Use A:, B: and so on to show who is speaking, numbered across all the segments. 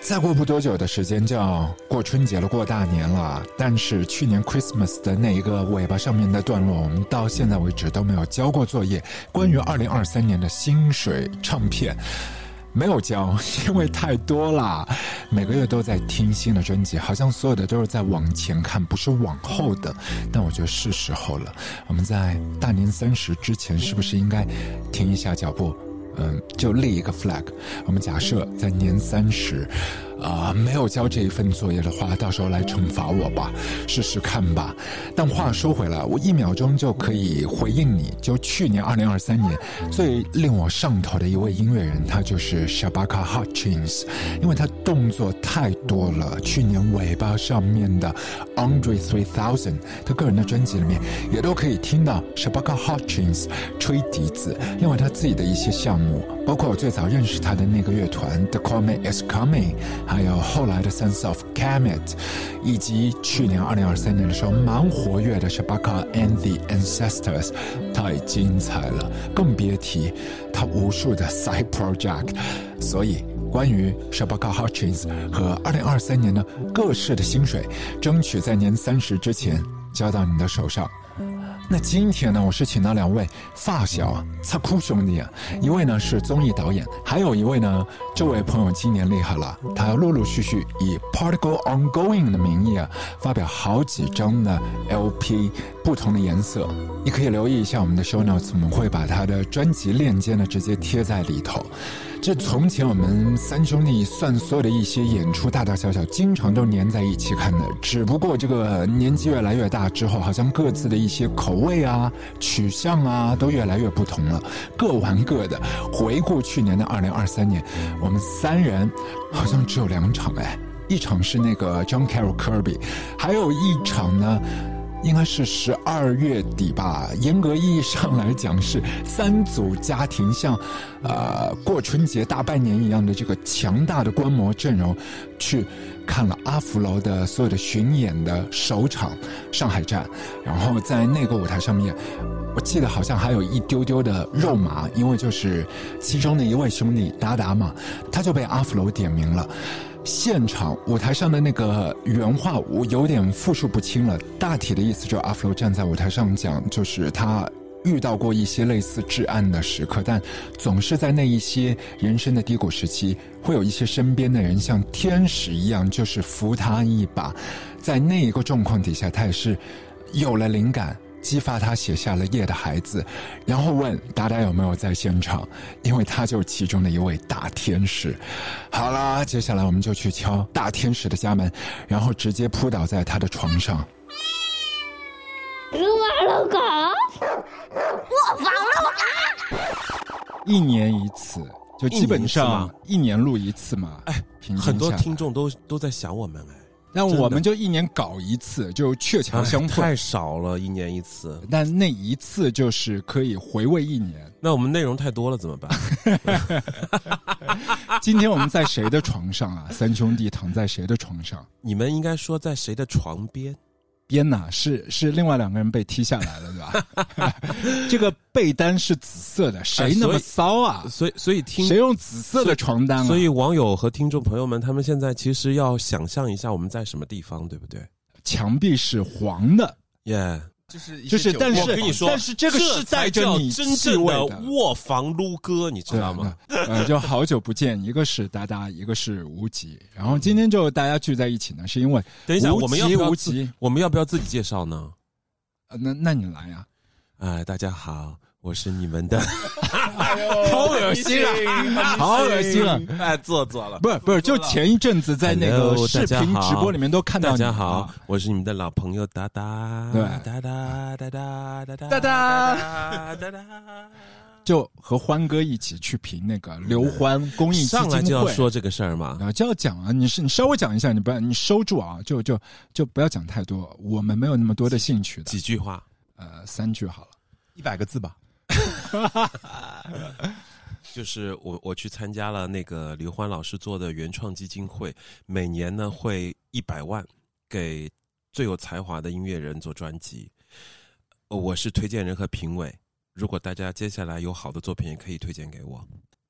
A: 再过不多久的时间就要过春节了，过大年了。但是去年 Christmas 的那一个尾巴上面的段落，我们到现在为止都没有交过作业。关于二零二三年的薪水唱片。没有交，因为太多啦。每个月都在听新的专辑，好像所有的都是在往前看，不是往后的。但我觉得是时候了。我们在大年三十之前，是不是应该停一下脚步？嗯，就立一个 flag。我们假设在年三十，啊、没有交这一份作业的话，到时候来惩罚我吧，试试看吧。但话说回来，我一秒钟就可以回应你。就去年二零二三年最令我上头的一位音乐人，他就是 Shabaka Hutchins，因为他动作太多了。去年尾巴上面的 Andre Three Thousand，他个人的专辑里面也都可以听到 Shabaka Hutchins 吹笛子，因为他自己的一些项目，包括我最早认识他的那个乐团 The Comet Is Coming，还有后来的 Sense of Kemet，以及去年二零二三年的时候蛮活跃的 Shabaka and the Ancestors，太精彩了，更别提他无数的 side project，所以。关于 Shabaka Hutchins 和2023年的各式的薪水，争取在年三十之前交到你的手上。那今天呢，我是请到两位发小啊，擦哭兄弟啊，一位呢是综艺导演，还有一位呢，这位朋友今年厉害了，他陆陆续续以 Particle Ongoing 的名义啊，发表好几张的 LP，不同的颜色，你可以留意一下我们的 show notes，我们会把他的专辑链接呢直接贴在里头。这从前我们三兄弟算所有的一些演出，大大小小，经常都粘在一起看的。只不过这个年纪越来越大之后，好像各自的一些口味啊、取向啊，都越来越不同了，各玩各的。回顾去年的二零二三年，我们三人好像只有两场哎，一场是那个 John Carroll Kirby，还有一场呢。应该是十二月底吧。严格意义上来讲，是三组家庭像，呃，过春节大拜年一样的这个强大的观摩阵容，去看了阿芙楼的所有的巡演的首场上海站，然后在那个舞台上面，我记得好像还有一丢丢的肉麻，因为就是其中的一位兄弟达达嘛，他就被阿芙楼点名了。现场舞台上的那个原话，我有点复述不清了。大体的意思就是阿弗罗站在舞台上讲，就是他遇到过一些类似至暗的时刻，但总是在那一些人生的低谷时期，会有一些身边的人像天使一样，就是扶他一把。在那一个状况底下，他也是有了灵感。激发他写下了《夜的孩子》，然后问达达有没有在现场，因为他就是其中的一位大天使。好啦，接下来我们就去敲大天使的家门，然后直接扑倒在他的床上。
B: 撸啊撸狗，
A: 一年一次，就基本上一年录一次嘛。哎，
C: 很多听，众都都在想我们哎，
A: 但我们就一年搞一次，就鹊 桥相
C: 哎
A: 会。
C: 太少了，一年一次。
A: 但那一次就是可以回味一 年。
C: 那我们内容太多了怎么 办？
A: 今天我们在谁的床上啊？三兄弟躺在谁的床上？
C: 你们应该说在谁的床边？
A: 边呐，是是另外两个人被踢下来了，对吧？ 这个被单是紫色的，谁那么骚啊？
C: 哎所以所以听
A: 谁用紫色的床单啊？
C: 所以网友和听众朋友们，他们现在其实要想象一下我们在什么地方，对不对？
A: 墙壁是黄的，
C: 耶、
D: 就是一些
A: 就是
D: 酒
A: 但是
D: 我跟你
C: 说
A: 但是这个是带
C: 才
A: 着
C: 叫
A: 你
C: 真
A: 气
C: 正
A: 味
C: 的
A: 的
C: 卧房撸歌，你知道吗？
A: 对？那呃，就好久不见，一个是达达，一个是无极，然后今天就大家聚在一起呢，是因为
C: 等一下，
A: 无
C: 我们要
A: 极
C: 不要
A: 无
C: 自
A: 极，
C: 我们要不要自己介绍呢？
A: 呃那那你来呀、
C: 哎，大家好，我是你们 的，
A: 好恶心啊，好恶心啊！
C: 哎，坐坐了。
A: 不是不是，就前一阵子在那个
C: Hello，
A: 视频
C: 大家好
A: 直播里面都看到
C: 大
A: 你
C: 家
A: 了啊
C: 好，我是你们的老朋友达达，
A: 对
C: 达达达达达达
A: 达达
C: 达达 达。
A: 就和欢哥一起去评那个刘欢公益基金
C: 上
A: 会，
C: 来就要说这个事儿嘛，
A: 啊，就要讲啊，你是你稍微讲一下，你不要你收住啊，就就就不要讲太多，我们没有那么多的兴趣的，
C: 几句话。
A: 呃，三句好了，一百个字吧。
C: 就是我我去参加了那个刘欢老师做的原创基金会，每年呢会一百万给最有才华的音乐人做专辑。呃我是推荐人和评委，如果大家接下来有好的作品，也可以推荐给我。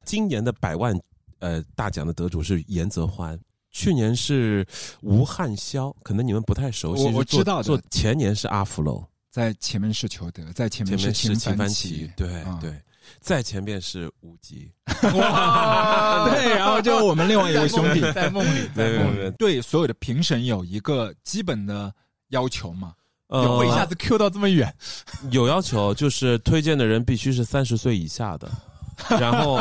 C: 今年的百万呃大奖的得主是严泽欢，
E: 去年是吴汉霄，可能你们不太熟悉。
A: 我我
E: 是做
A: 知道的
E: 做前年是阿弗洛，
A: 在前面是裘德，在前
E: 前
A: 面
E: 面
A: 秦
E: 是秦
A: 凡
E: 奇，对
A: 啊
E: 对，再前面是无极，
A: 对，然后就我们另外一位兄 弟，
D: 在梦里，在
E: 对
D: 梦
E: 对
D: 里，
E: 对，
A: 对所有的评审有一个基本的要求嘛，
D: 就
E: 呃
D: 会一下子 Q 到这 么远，
E: 有要求，就是推荐的人必须是三十岁以下的，然后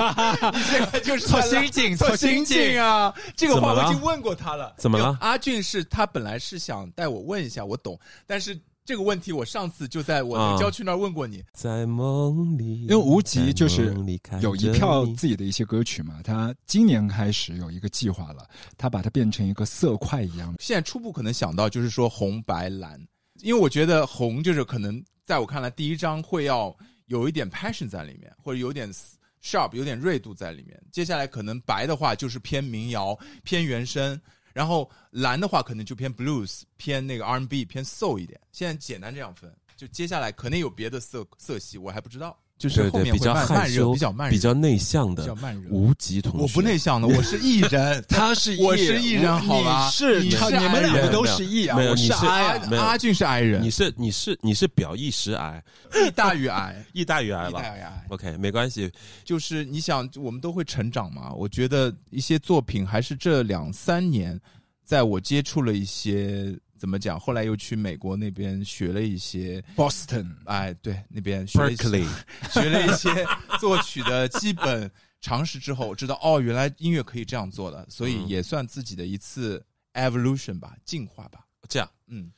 D: 就是
A: 操
D: 他
A: 心境，
D: 操
A: 操
D: 心
A: 心
D: 境
A: 境。
D: 啊！这个
E: 怎么
D: 话我已
E: 了
D: 经问过他了。
E: 怎么了
D: 因为阿俊是他本来是想带我问一下，我懂，但是这个问题我上次就在我
E: 啊
D: 的郊区那儿问过你。
E: 在梦里，因
A: 因为无极就是
E: 哎
A: 有一票自己的一些歌曲嘛，他今年开始有一个计划了，他把它变成一个色块一样的。。
D: 现在初步可能想到就是说红白蓝，因为我觉得红就是可能在我看来第一张会要有一点 passion 在里面，或者有点 s- sharp，有点锐度在里面。接下来可能白的话就是偏民谣、偏原声，然后蓝的话可能就偏 blues、偏那个 R&B、偏 soul 一点。现在简单这样分，就接下来可能有别的色色系，我还不知道。就是
E: 对
D: 后
E: 对
D: 面
E: 比
D: 会
E: 较
D: 慢
E: 害
D: 慢热
E: 羞、
D: 比较慢热
E: 比较内向
D: 比较
E: 的
D: 慢热
E: 无极同学，
D: 我不内向的，我是艺人
A: 他是
D: 我是艺人好吧
A: 你是
D: 你是
A: 你
D: 艺
A: 们
D: 人
A: 两个都是艺啊，
E: 没有
A: 我
E: 你是
A: 哀啊。
E: 没有
D: 阿俊是 I 人
E: 你，是你是你是表意识癌，
D: 艺大于 I，
E: 意大于癌
D: 艺
E: 吧
D: 大于 I。
E: ？OK，没关系，
D: 就是你想，我们都会成长嘛。我觉得一些作品还是这两三年，在我接触了一些怎么讲，后来又去美国那边学了一些，
A: Boston，
D: 哎，对，那边学了一些
E: Berkeley
D: 学了一些作曲的基本常识之后，我知道哦，原来音乐可以这样做的，所以
E: 嗯
D: 也算自己的一次 evolution 吧，进化吧。
E: 这样
D: 嗯，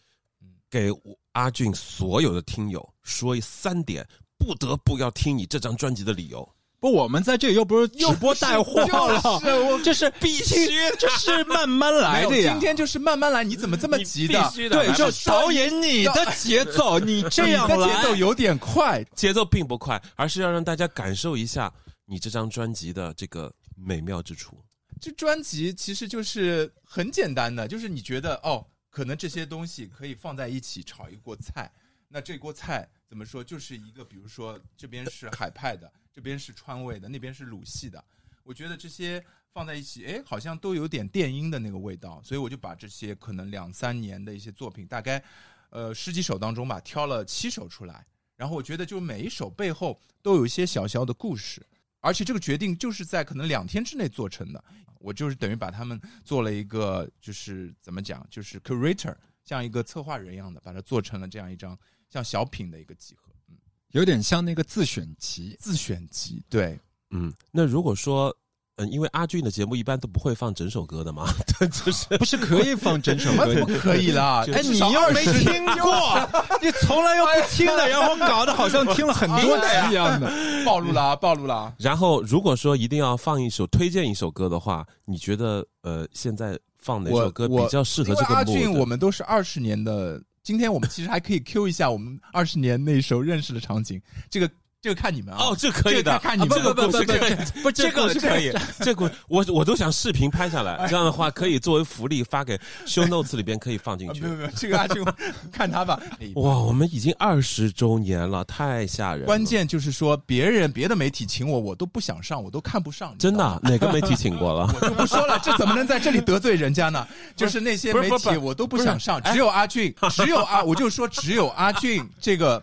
E: 给我阿俊所有的听友说三点不得不要听你这张专辑的理由。
A: 不，我们在这里又不是直播带货了， 这是
E: 必须的
A: 这是慢慢来的
D: 没有
A: 呀
D: 今。天就是慢慢来，你怎么这么
E: 你
D: 急
E: 必
D: 的？
E: 须的
A: 对，
E: 来
A: 就
E: 吧
A: 导演你的节奏，你这样
D: 你的
A: 来
D: 节奏有点快，
E: 节奏并不快，而是要让大家感受一下你这张专辑的这个美妙之处。
D: 这专辑其实就是很简单的，就是你觉得哦，可能这些东西可以放在一起炒一锅菜。那这锅菜怎么说？就是一个，比如说这边是海派的，这边是川味的，那边是鲁系的。我觉得这些放在一起，哎，好像都有点电音的那个味道，所以我就把这些可能两三年的一些作品，大概呃十几首当中吧，挑了七首出来。然后我觉得，就每一首背后都有一些小小的故事，而且这个决定就是在可能两天之内做成的。我就是等于把他们做了一个，就是怎么讲，就是 curator，像一个策划人一样的，把它做成了这样一张像小品的一个集合，嗯，
A: 有点像那个自选集。
D: 自选集，对，
E: 嗯，那如果说，嗯，因为阿俊的节目一般都不会放整首歌的嘛， 就是
A: 不是可以放整首
D: 怎么
A: 歌
D: 不
A: 的？
D: 可以啦？
A: 哎，
D: 至
A: 你
D: 少
A: 又没
D: 20年
A: 听 过，你从来又不听的，然后搞得好像听了很多集一 样的。
D: 暴露啦，暴露啊啦！
E: 然后如果说一定要放一首推荐一首歌的话，你觉得呃现在放哪首
D: 我
E: 歌比
D: 我
E: 较适合
D: 因为
E: 这个
D: 阿
E: mood？
D: 俊，我们都是二十年的，今天我们其实还可以 Q 一下我们二十年那时候认识的场景，这个这个看你们啊，
E: 哦，这可以
D: 这
E: 的，啊
D: 个看你们
E: 这个
D: 不不
E: 故事
D: 不不
E: 可以，
A: 不，
E: 这个是
A: 是
E: 可以，这个我我都想视频拍下来，这样的话可以作为福利发 给 show notes 里边可以放进
D: 啊
E: 去
D: 没。有没有，这个阿俊 看他吧，
E: 哇，我们已经二十周年了，太吓人了！
D: 关键就是说，别人别的媒体请我，我都不想上，我都看不上。你知
E: 真
D: 道吗
E: 的啊哪个媒体请过了？
D: 我就不说了，这怎么能在这里得罪人 家呢？就是那些
E: 不是
D: 媒
E: 不是不
D: 体
E: 是
D: 我都
E: 不
D: 不
E: 是
D: 想上，
E: 哎
D: 只有 阿俊，只有阿，我就说只有阿俊这个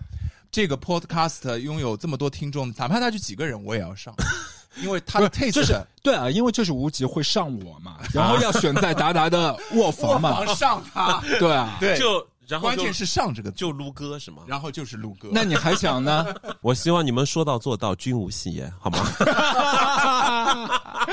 D: 这个 podcast 拥有这么多听众，哪怕他就几个人，我也 要上，因为他的 taste
A: 就是对啊，因为就是无极会上我嘛，然后要选在达达的卧
D: 我
A: 房 嘛
D: 防，上 他，
A: 对啊。
D: 对，
E: 就然后
D: 关
E: 就
D: 键是上这个字，
E: 就撸歌是吗？
D: 然后就是录歌。
A: 那你还想呢？
E: 我希望你们说到做到，君无戏言，好吗？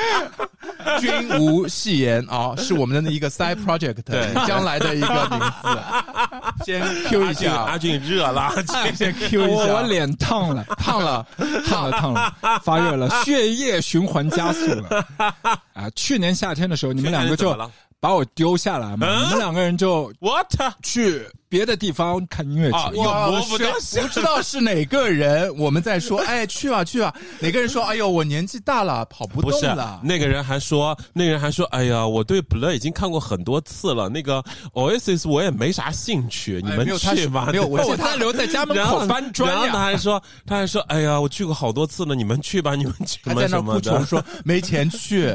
D: 君无戏言啊，是我们的一个 side project，
E: 对
D: 将来的一个名字。先 Q 一
E: 阿俊阿
D: 下，
E: 俊热 了，阿俊
D: 先 Q 一
A: 我我
D: 下，
A: 脸烫 了，
D: 胖了。
A: 烫了烫了，发热了，血液循环加速了。啊，去年夏天的时候，你们两个
E: 去
A: 就
E: 年怎么了
D: 嗯
A: 把我丢下来嘛，你们两个人就
E: what？
A: 去别的地方看音乐
E: 啊
A: 节，
E: 有
D: 哇
E: 萝卜
D: 谁
E: 的
D: 不知道是哪个人，我们在说，哎，去吧去吧。哪个人说，哎呦，我年纪大了，跑不
E: 不
D: 动
E: 是
D: 了。
E: 那个人还说，那个人还说，哎呀，我对 Blur 已经看过很多次了，那个 Oasis 我也没啥兴趣，你
D: 哎
E: 们
D: 没有他
E: 去
D: 是
E: 吧。
D: 没有我
A: 那我再留在家门
E: 然后
A: 口搬砖
E: 然后他
A: 呀。
E: 还说，他还说，哎呀，我去过好多次了，你们去吧，你们去
D: 还
E: 吧，
D: 在那
E: 什
D: 儿
E: 么
D: 哭
E: 的
D: 穷。说没钱去，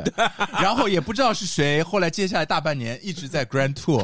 D: 然后也不知道是谁。后来接下来大半年一直在 Grand Tour，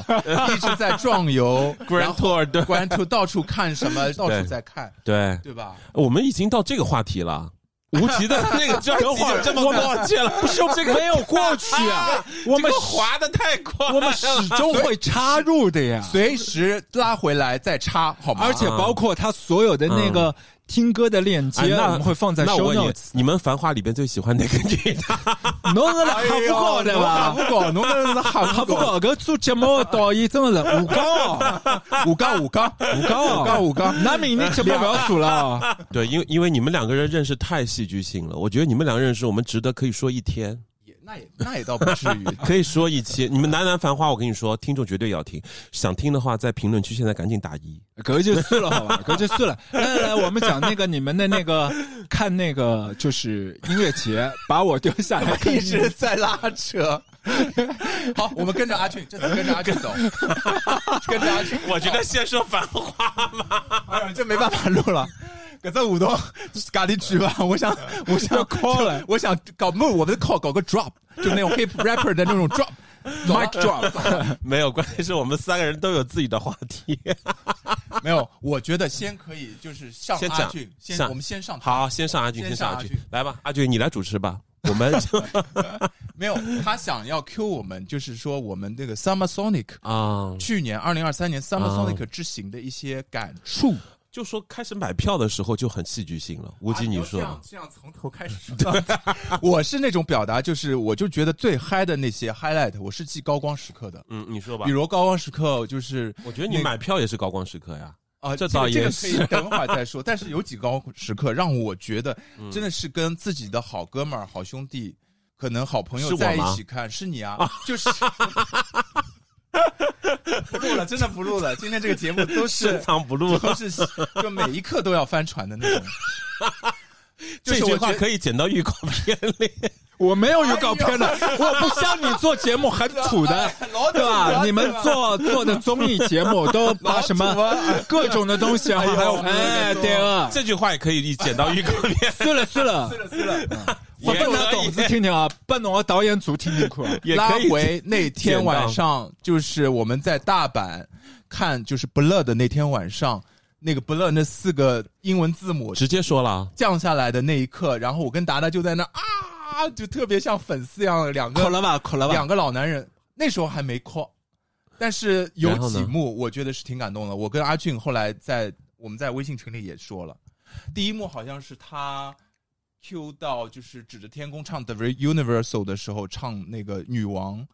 D: 一直在壮游
E: Grand Tour 对
D: Grand Tour 到处看什么，到处在看，
E: 对，
D: 对吧？
E: 我们已经到这个话题了。无极的那个专辑
A: 等会儿
E: 就这 么
A: 我们
E: 过去了，
A: 不是
E: 这个
A: 没有过去啊，我们
E: 这个滑的太快了，
A: 我们始终会插入的呀。
D: 随时拉回来再插，好吗？
A: 而且包括他所有的那
D: 嗯
A: 个听歌的链
E: 哎
A: 接，
E: 那
A: 我们会放在
E: 那我
A: show
E: 问你
A: notes。
E: 你们《繁花》里边最喜欢哪个女 的？
A: 侬是来
D: 哎
A: 哈
D: 呦
A: 不过对吧
D: 侬？哈不过，侬搿是哈
A: 哈
D: 不
A: 不
D: 过。
A: 过，搿做节目的导演真的是我讲哦，
D: 五杠五杠
A: 我讲 哦，
D: 五杠五杠，
A: 那明天节目不要做了哦。
E: 对，因为因为你们两个人认识太戏剧性了，我觉得你们两个认识，我们值得可以说一 天，
D: 也那也那也倒不至于。
E: 可以说一期。你们《男男繁花》，我跟你说，听众绝对要听，想听的话在评论区现在赶紧打一。
A: 搿就算了，好吧，搿就算了。来来，我们讲那个你们的那个看那个就是音乐节，把我丢下来看
D: 一
A: 音
D: 直
A: 乐节。
D: 在拉扯。 好，我们跟着阿俊，这次跟着阿俊走，跟着阿俊。
E: 我觉得先说《繁花》，
D: 哎呀，这没办法录了。搿只舞动，咖喱曲吧，我想，我想
A: call 了
D: 我想搞 move，我们 call 搞个 drop，就那种 hip rapper 的那种 drop。Mic drop
E: 没有，关键是我们三个人都有自己的话题。
D: 没有，我觉得先可以就是上
E: 先
D: 阿
E: 讲
D: 俊，先
E: 上
D: 我们先上他
E: 好，先上阿俊，
D: 先
E: 先
D: 上
E: 上
D: 阿
E: 阿俊
D: 俊，
E: 来吧，阿俊，你来主持吧。我们
D: 没有，他想要 Q 我们，就是说我们这个 Summer Sonic
E: 啊，
D: 去年二零二三年 Summer
E: 啊
D: Sonic 之行的一些感触。
E: 就说开始买票的时候就很戏剧性了。无极，你说
D: 这样这样从头开始说。我是那种表达，就是我就觉得最嗨的那些 highlight，我是记高光时刻的。
E: 嗯，你说吧
D: 比。如高光时刻，就是
E: 我觉得你买票也是高光时刻呀。
D: 啊，
E: 这
D: 这个
E: 倒
D: 这个
E: 也
D: 可
E: 是
D: 以等会儿再说。但是有几高光时刻让我觉得
E: 嗯
D: 真的是跟自己的好哥们儿、好兄弟，可能好朋
E: 是
D: 友
E: 我
D: 在一
E: 吗
D: 起看，是你啊，就是 不录了，真的不录了。今天这个节目都
E: 深
D: 是
E: 藏不露，
D: 都是就每一刻都要翻船 的那种。就是
E: 这句
D: 我觉
E: 话
D: 得
E: 可以剪到预告片里。
A: 我没有预告片的，我不像你做节目很土的，对吧？你们做做的综艺节目都把什么各种的东西，然后还有哎，对啊，，
E: 这句话也可以剪到预告片
A: 算了算了，我
E: 也
A: 不拿
E: 可
A: 董子
E: 以，
A: 听听啊，不拿导演组听听看。
E: 也
D: 拉
E: 可以
D: 回那天晚上，就是我们在大阪看就是不乐的那天晚上，那个不乐那四个英文字母
E: 直接说了啊。
D: 降下来的那一刻，然后我跟达达就在那儿啊，就特别像粉丝一样，两
A: 苦
D: 个
A: 了吧，苦了吧
D: 两。个老男人，那时候还没 call，但是有
E: 然后呢
D: 几幕我觉得是挺感动的。我跟阿俊后来在我们在微信群里也说了，第一幕好像是他 Q 到就是指着天空唱 The Very Universal 的时候，唱那个女王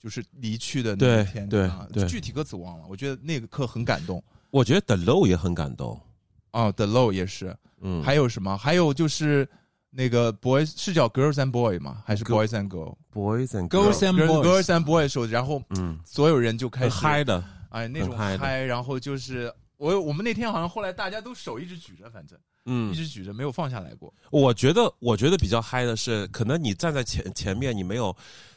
D: 就是离去的那
E: 对
D: 一天，
E: 对
D: 啊
E: 对
D: 具体歌词忘了，我觉得那个刻很感动。
E: 我觉得 The Low 也很感动，
D: 哦，The Low 也是，
E: 嗯，
D: 还有什么？还有就是那个 Boys 是叫 Girls and Boy 吗？还是
E: Girl-
D: Boys and Girl？
E: Boys and
A: Girls and
D: Girls
A: boys，
D: and Boy 的时候，然后
E: 嗯，
D: 所有人就开
E: 很
D: 始
E: 嗨的，
D: 哎，那种
E: 很嗨的
D: 嗨，然后就是我我们那天好像后来大家都手一直举着，反正一
E: 嗯，
D: 直举着没有放下来过。
E: 我觉得我觉得比较嗨的是，可能你站在前前面，你没有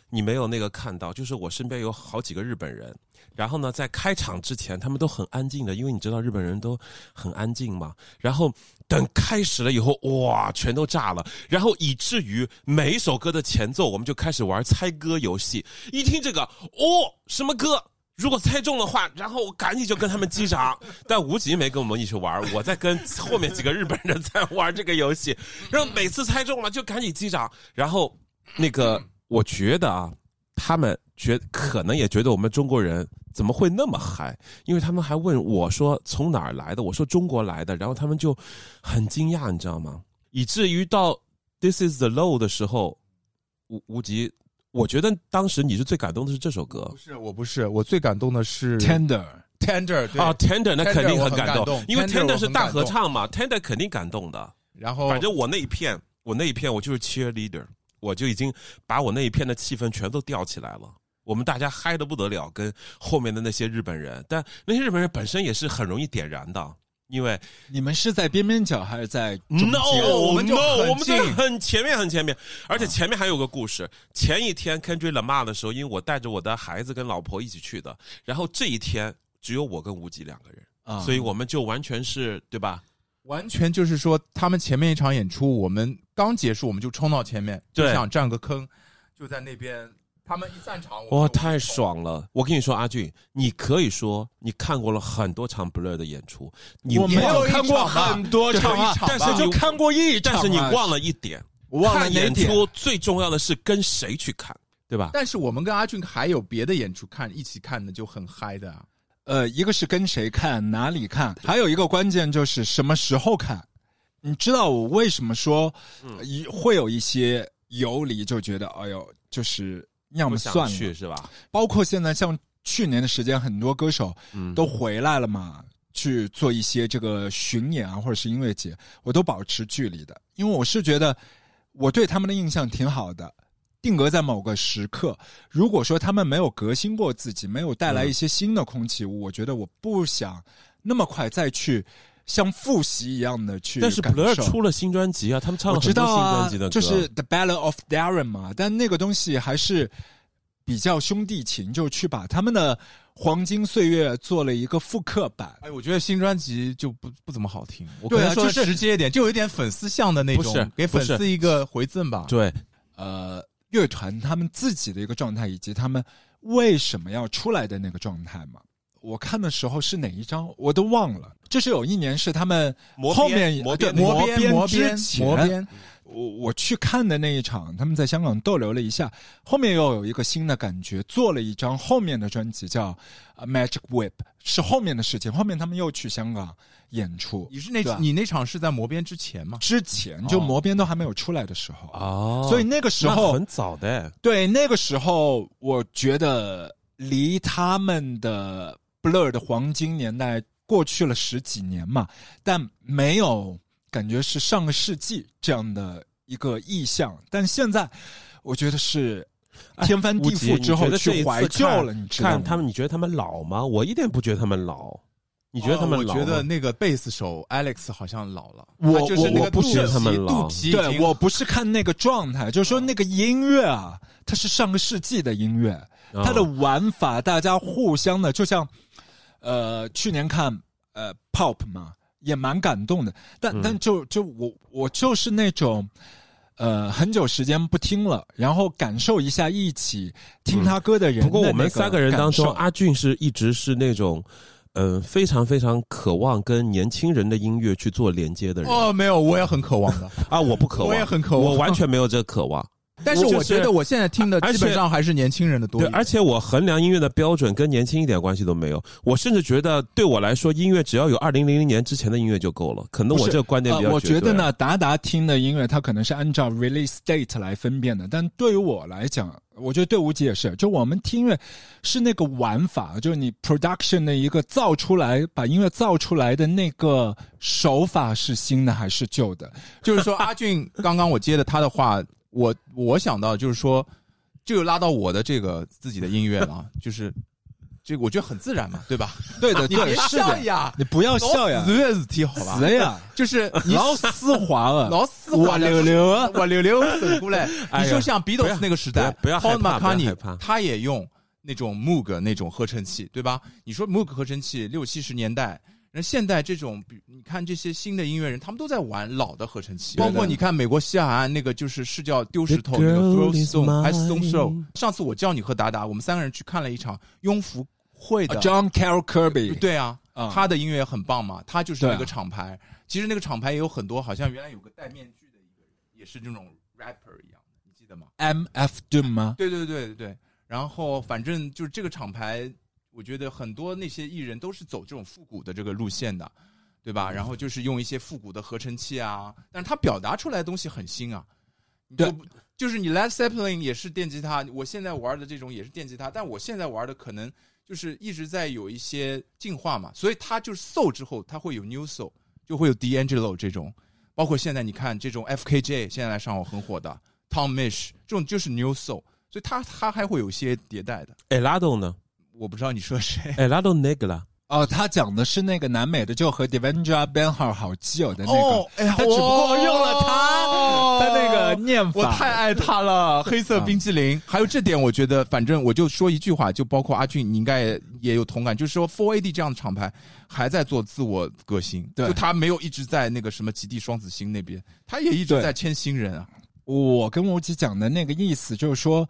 E: 你没有那个看到，就是我身边有好几个日本人，然后呢，在开场之前他们都很安静的，因为你知道日本人都很安静嘛，然后等开始了以后，哇，全都炸了，然后以至于每一首歌的前奏，我们就开始玩猜歌游戏，一听这个，哦，什么歌？如果猜中的话，然后我赶紧就跟他们击掌。 但无极没跟我们一起玩，我在跟后面几个日本人在玩这个游戏，然后每次猜中了就赶紧击掌。然后那个，我觉得啊，他们觉可能也觉得我们中国人怎么会那么嗨，因为他们还问我说从哪儿来的，我说中国来的，然后他们就很惊讶，你知道吗？以至于到 This is the low 的时候，无无极，我觉得当时你是最感动的是这首歌
D: 不是，我不是，我最感动的是
A: tender，
D: Tender 对，
E: 啊，Tender 那
D: Tender
E: 肯定
D: 我
E: 很
D: 很
E: 感
D: 感
E: 动，
D: 动
E: 因为
D: Tender 我
E: Tender 是
D: 很
E: 大
D: 感
E: 合
D: 动哦
E: 唱嘛，Tender 肯定感动的。
D: 然后
E: 反正我那一片，我那一片我就是 cheerleader，我就已经把我那一片的气氛全都吊起来了。我们大家嗨的不得了，跟后面的那些日本人，但那些日本人本身也是很容易点燃的，因为
A: 你们是在边边角还是在中
E: no
A: 间
E: Oh， no，
D: 我
E: 我
D: 们就很
E: 们在
D: 近
E: 很前面很前面，而且前面还有个故事。前一天 Kendrick Lamar 的时候，因为我带着我的孩子跟老婆一起去的，然后这一天只有我跟无极两个人，
A: 啊
E: 所以我们就完全是对吧？
D: 完全就是说，他们前面一场演出，我们刚结束，我们就冲到前面，就
E: 对
D: 想占个坑，就在那边。他们一散场，我
E: 哇，
D: 们就
E: 太！爽了！我跟你说，阿俊，你可以说你看过了很多场 Blur 的演出，你
A: 我没
D: 也有
A: 有
D: 一
A: 看过
D: 场吧
A: 很多
D: 只有
A: 场啊
D: 一，场
E: 但
D: 吧
E: 是就看过一场，但是你
A: 啊
E: 忘了一点，
A: 我忘了
E: 看
A: 哪
E: 演
A: 点
E: 出最重要的是跟谁去看，对吧？
D: 但是我们跟阿俊还有别的演出看，一起看的就很嗨的啊。
A: 呃，一个是跟谁看，哪里看，还有一个关键就是什么时候看。你知道我为什么说、
D: 嗯
A: 呃一会有一些游离，就觉得哎呦，就是要
E: 不
A: 么
E: 想
A: 算
E: 去
A: 了。
E: 是吧？
A: 包括现在像去年的时间，很多歌手
E: 嗯，
A: 都回来了嘛，去做一些这个巡演啊，或者是音乐节，我都保持距离的，因为我是觉得我对他们的印象挺好的。定格在某个时刻，如果说他们没有革新过自己，没有带
E: 嗯
A: 来一些新的空气，我觉得我不想那么快再去像复习一样的去
E: 但是
A: 感
E: Blur
A: 受
E: 出了新专辑啊，他们唱
A: 我
E: 了
A: 知
E: 很多
A: 道
E: 新
A: 啊
E: 专辑的，歌，
A: 就是 The Battle of Darren 嘛，但那个东西还是比较兄弟情，就去把他们的黄金岁月做了一个复刻版。
D: 哎，我觉得新专辑就不不怎么好听。我
A: 对啊
D: 可能
A: 就
D: 说
A: 是
D: 直接一点，就有一点粉丝向的那
E: 不
D: 种
E: 是，
D: 给粉
E: 不
D: 丝一个回赠吧。
E: 对，
A: 呃，乐团他们自己的一个状态，以及他们为什么要出来的那个状态嘛。我看的时候是哪一张，我都忘了。就是有一年是他们
E: 磨
A: 后
E: 边
A: 面呃
E: 磨
A: 对
E: 边
A: 磨
D: 磨边磨
A: 之
D: 边
A: 前
D: 磨边，
A: 我我去看的那一场，他们在香港逗留了一下，后面又有一个新的感觉，做了一张后面的专辑叫《呃 Magic Whip》，是后面的事情。后面他们又去香港演出，
D: 你是那
A: 对啊
D: 你那场是在磨边之前吗？
A: 之前就
D: 哦
A: 磨边都还没有出来的时候，
E: 哦
A: 啊所以那个时候
E: 很早的，
A: 对那个时候，我觉得离他们的 Blur 的黄金年代过去了十几年嘛，但没有感觉是上个世纪这样的一个意象。但现在，我觉得是啊
E: 哎
A: 天翻地覆之后去怀旧了，你知道
E: 看
A: 吗？
E: 他们，你觉得他们老吗？我一点不觉得他们老，你
D: 你
E: 觉得他
A: 哦
E: 们老
D: 啊
E: 吗？
D: 我觉得那个贝斯手 Alex 好像老了，
A: 我
D: 他就是那
A: 我
D: 个
A: 我不
D: 肚
A: 觉得
D: 皮
E: 他们老
D: 肚皮已
A: 对
D: 经
A: 我不是看那个状态，就是说那个音乐啊，它是上个世纪的音乐，
E: 嗯
A: 它的玩法，大家互相的，就像呃，去年看呃 Pop 嘛，也蛮感动的。但、
E: 嗯
A: 但就就我我就是那种呃，很久时间不听了，然后感受一下一起听他歌的人、
E: 嗯不过我们三
A: 个
E: 个人当中，
A: 感受
E: 阿俊是一直是那种，嗯、非常非常渴望跟年轻人的音乐去做连接的人、
D: 哦没有，我也很渴望的，
E: 啊， 我不渴望，
D: 我也很渴望
E: 我完全没有这个渴望。
D: 但是我
E: 就是
D: 觉得我现在听的
E: 而
D: 基本
E: 且
D: 上还是年轻人的多
E: 对
D: 一，点，
E: 而且我衡量音乐的标准跟年轻一点关系都没有。我甚至觉得，对我来说，音乐只要有二零零零年之前的音乐就够了。可能我
A: 不是
E: 这个观点比较、
A: 呃。我觉得，呢，达达听的音乐，它可能是按照 release date 来分辨的，但对于我来讲，我觉得对无极也是，就我们听音乐是那个玩法，就是你 production 的一个造出来，把音乐造出来的那个手法是新的还是旧的？
D: 就是说，阿俊刚刚我接的他的话，我我想到就是说，这就拉到我的这个自己的音乐了啊，就是这个我觉得很自然嘛，对吧？
A: 对的，
D: 啊你
A: 对，
D: 别
A: 是
D: 笑
A: 的，
D: 呀，
A: 你不要
D: 老
A: 笑呀
D: 死，月子题好吧？
A: 死呀，
D: 就是 你
A: 老丝滑
E: 啊
A: 了，
D: 老死
A: 我溜溜啊，
D: 我溜溜走过来。
E: 哎呀
D: 你说像
E: 不要
D: Beatles 那个时代，
E: 不要不
D: Paul
E: 要害怕不要
D: McCartney
E: 害怕
D: 他也用那种 Moog 那种合成器，对吧？你说 Moog 合成器六七十年代。那现在这种，比你看这些新的音乐人，他们都在玩老的合成器，
A: 对
D: 包
A: 的
D: 括你看美国西海岸那个就是是叫丢石头
E: The
D: 那个
E: girl
D: Throw
E: is
D: Stone 还是
E: mine
D: Stone Show。上次我叫你和达达，我们三个人去看了一场庸福会
E: 啊
D: 的
A: John Carroll Kirby，
D: 对啊
A: 嗯，
D: 他的音乐也很棒嘛，他就是
A: 对啊
D: 那个厂牌。其实那个厂牌也有很多，好像原来有个戴面具的一个人，也是这种 rapper 一样的，你记得吗？
A: ，MF Doom 吗？
D: 对对对对对。然后反正就是这个厂牌，我觉得很多那些艺人都是走这种复古的这个路线的，对吧？然后就是用一些复古的合成器啊，但是他表达出来的东西很新啊。你就
A: 对
D: 不，就是你 Led Zeppelin 也是电吉他，我现在玩的这种也是电吉他，但我现在玩的可能就是一直在有一些进化嘛，所以它就是 soul 之后，它会有 new soul，就会有 D'Angelo 这种，包括现在你看这种 FKJ 现在来上海很火的 Tom Mish 这种就是 new soul，所以它它还会有一些迭代的。
C: e l a d o 呢
D: 我不知道你说 谁
C: e l a d o Negra，
A: 哦，他讲的是那个南美的，就和 Devendra b a n h a r 好基友的那个，
D: 哦哎呀
A: 他只不过用了他、
D: 哦
A: 他那个念法。
D: 我太爱他了，黑色冰激凌。还有这点，我觉得，反正我就说一句话，就包括阿俊，你应该也有同感，就是说 Four AD 这样的厂牌还在做自我革新，
A: 对
D: 就他没有一直在那个什么极地双子星那边，他也一直
A: 对
D: 在签新人啊。
A: 我跟吴奇讲的那个意思就是说，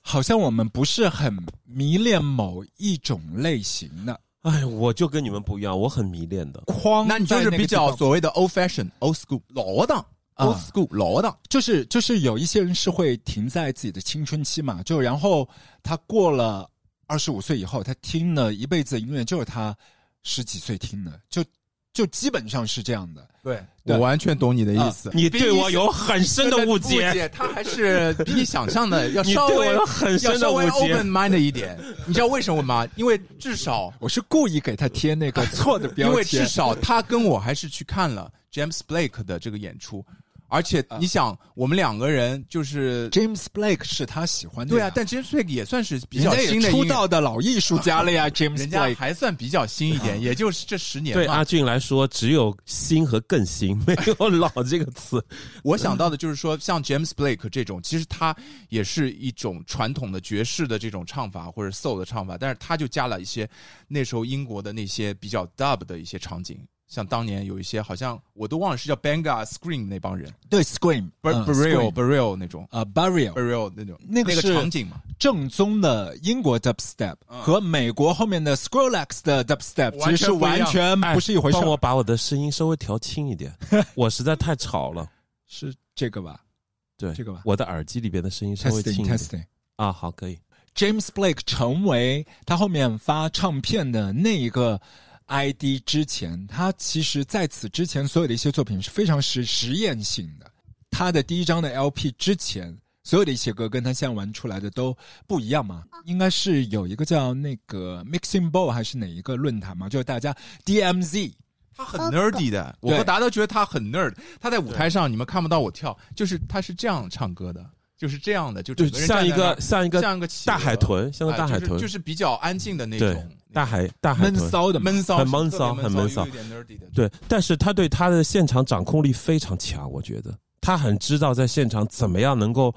A: 好像我们不是很迷恋某一种类型的
C: 哎，我就跟你们不一样，我很迷恋的。
A: 框在
D: 那
A: 那个地方，
D: 你就是比较所谓的 old fashion、old school 老档、
A: 啊
D: old school 老档。
A: 就是就是有一些人是会停在自己的青春期嘛，就然后他过了二十五岁以后，他听了一辈子的音乐就是他十几岁听的，就就基本上是这样的。
D: 对，
A: 对
D: 我完全懂你的意思。
C: 你对我有很深的误解，
D: 解，他还是比你想象的要
C: 你
D: 稍
C: 对我
D: 微
C: 有很深
D: 要
C: 的
D: 稍
C: 误
D: 微
C: 解
D: open。mind 一点。你知道为什么吗？因为至少，
A: 我是故意给他贴那个错的
D: 因
A: 标
D: 为
A: 签
D: 至，少他跟我还是去看了 James Blake 的这个演出，而且你想，我们两个人就是。
A: James Blake 是他喜欢的
D: 对啊
A: 呀，
D: 但 James Blake 也算是比
A: 人
D: 较
A: 家
D: 新
A: 也
D: 的
A: 出
D: 音乐
A: 道的老艺术家了 呀，James
D: 人家
A: Blake。
D: 还算比较新一点，也就是这十年
C: 对
D: 嘛
C: 阿俊来说，只有新和更新， 没有老这个词。
D: 我想到的就是说，像 James Blake 这种，其实他也是一种传统的爵士的这种唱法或者 soul 的唱法，但是他就加了一些那时候英国的那些比较 dub 的一些场景，像当年有一些好像我都忘了是叫 Banga Scream 那帮人
A: 对 Scream
D: ，Bur-
A: 嗯 Scream，
D: Burial Burial 那种
A: 呃 Burial
D: Burial 那种
A: 那
D: 个
A: 个是
D: 场景嘛，
A: 正宗的英国 dubstep 和美国后面的 Skrillex 的 dubstep
D: 嗯完全
A: 其实
D: 不一
A: 完
D: 样哎
A: 全哎不是一回事
C: 哎帮我
A: 儿，
C: 把我的声音稍微调轻一 点，我实在太吵了。
A: 是这个吧
C: 对，
A: 这个吧
C: 我的耳机里边的声音稍微轻一
A: ？Testing
C: 点
A: testing。
C: 啊，好，可以。
A: James Blake 成为他后面发唱片的那一个 ID 之前，他其实在此之前所有的一些作品是非常实实验性的。他的第一张的 LP 之前，所有的一些歌跟他现在玩出来的都不一样嘛。应该是有一个叫那个 Mixing Bowl 还是哪一个论坛嘛，就是大家 DMZ
D: 他很 nerdy 的，我和
A: 对
D: 达都觉得他很 nerd，他在舞台上你们看不到我跳，就是他是这样唱歌的，就是这样的，就整
C: 就
D: 个人
C: 像一
D: 站在那
C: 个
D: 儿
C: 像一个
D: 像个企鹅
C: 大海豚，像个
D: 哎
C: 大海
D: 就是
C: 豚
D: 就，是比较安静的那
C: 对
D: 种，
C: 大海大海
A: 闷
C: 豚。
A: 骚的嘛
D: 闷骚，
C: 很闷
D: 特别
C: 骚
D: 闷
C: 很
D: 骚，
C: 闷
D: 又
C: 骚
D: 有点 nerdy 的。
C: 对，但是他对他的现场掌控力非常强，我觉得他很知道在现场怎么样能够，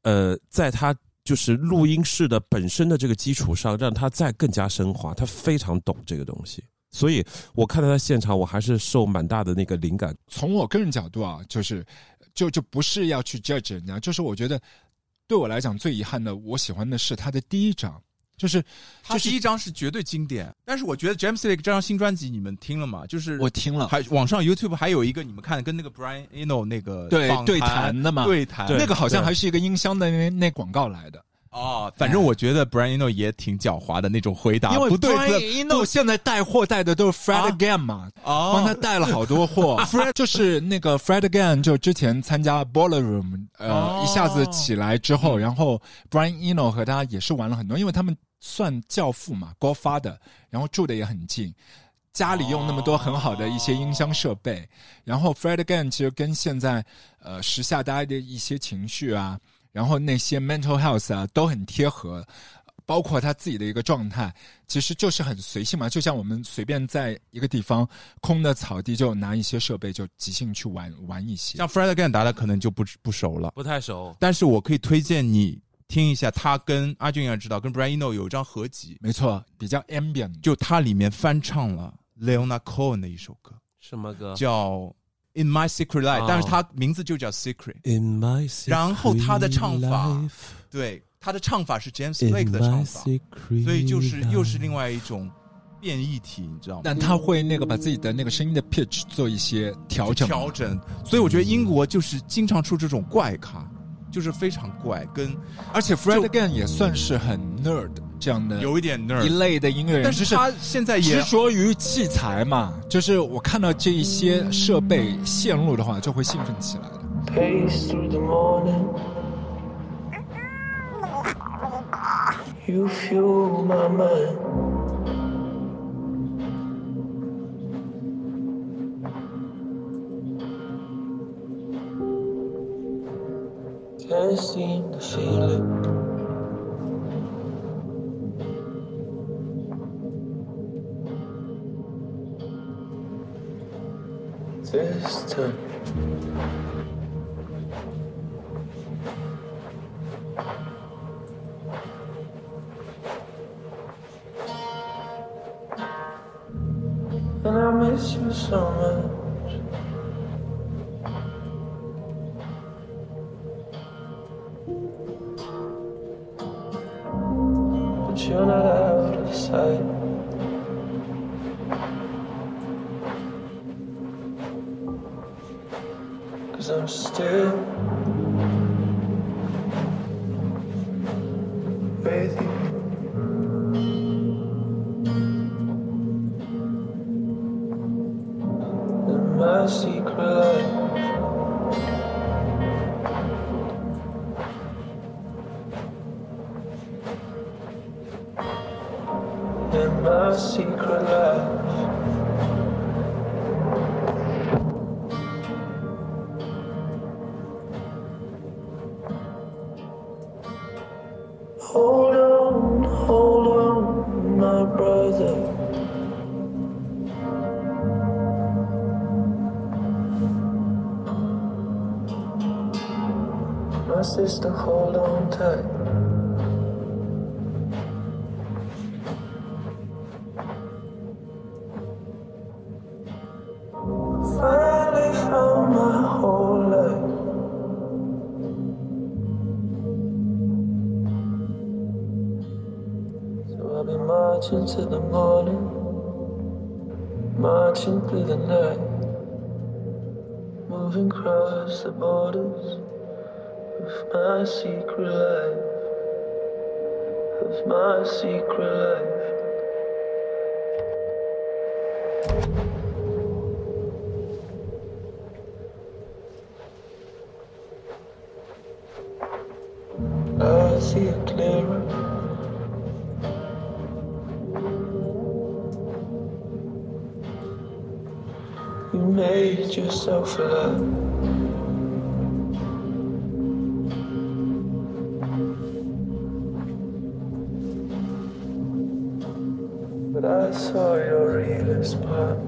C: 呃，在他就是录音室的本身的这个基础上，让他再更加升华。他非常懂这个东西，所以我看到他现场，我还是受蛮大的那个灵感。
A: 从我个人角度啊，就是就就不是要去 judge 人家，就是我觉得对我来讲最遗憾的，我喜欢的是他的第一张，就是
D: 他第一张是绝对经典，但是我觉得 James Blake 这张新专辑你们听了吗？就是
A: 我听了。
D: 还网上 YouTube 还有一个你们看跟那个 Brian Eno 那个
A: 对
D: 访
A: 对谈的嘛
D: 对谈
C: 对
A: 那个好像
C: 对
A: 还是一个音箱的那那广告来的，
D: 哦，反
C: 哎
D: 正我觉得 Brian Eno 也挺狡猾的那种回答，
A: 因为
D: 啊不对啊不
A: Brian Eno 现在带货带的都是 Fred Again 嘛，
D: 哦
A: 帮他带了好多货。Fred 就是那个 Fred Again，就之前参加 Ballroom，
D: 哦
A: 呃，一下子起来之后，然后 Brian Eno 和他也是玩了很多，因为他们算教父嘛，Godfather，然后住的也很近。家里用那么多很好的一些音箱设备，然后 Fred Again 其实跟现在呃时下大家的一些情绪啊，然后那些 mental health 啊都很贴合，包括他自己的一个状态，其实就是很随性嘛，就像我们随便在一个地方空的草地就拿一些设备就即兴去玩玩一些。
D: 像 Fred Again 达达可能就不不熟了，
C: 不太熟，
D: 但是我可以推荐你听一下他跟阿俊也知道跟 Brian Eno 有一张合集，
A: 没错，比较 ambient，
D: 就他里面翻唱了 Leona Cohen 的一首歌，
C: 什么歌
D: 叫 In My Secret Life，、
C: 啊哦
D: 但是他名字就叫 Secret。
C: ？In my secret
D: 然后他的唱法
C: life,
D: 对，他的唱法是 James
C: in
D: Blake 的
C: my
D: 唱法，
C: secret
D: 所以就是又是另
C: life
D: 外一种变异体，你知道吗
A: 但？他会那个把自己的那个声音的 pitch 做一些调整。
D: 调整，所以我觉得英国就是经常出这种怪咖，就是非常怪，跟
A: 而且 Fred Again 也算是很 nerd 这样的
D: 有一点
A: 一
C: 嗯
D: nerd，
A: 类的音乐人，
D: 但
A: 就是是
D: 他现在也
A: 执着于器材嘛，就是我看到这一些设备线路的话，就会兴奋起来
D: 嗯
A: 的。
F: Pace through the morning. You fuel my mind. Can't seem to feel it. This time. And I miss you so much. But you're not out of sight. Cause I'm still breathing. in my secret life. In my secret life. Hold on, hold on, my brother. My sister, hold on tight. Finally found my whole life. So I'll be marching till the morning, marching through the night, moving across the borders of my secret life, of my secret life. I see it clearer. You made yourself alive. But I saw your realest part.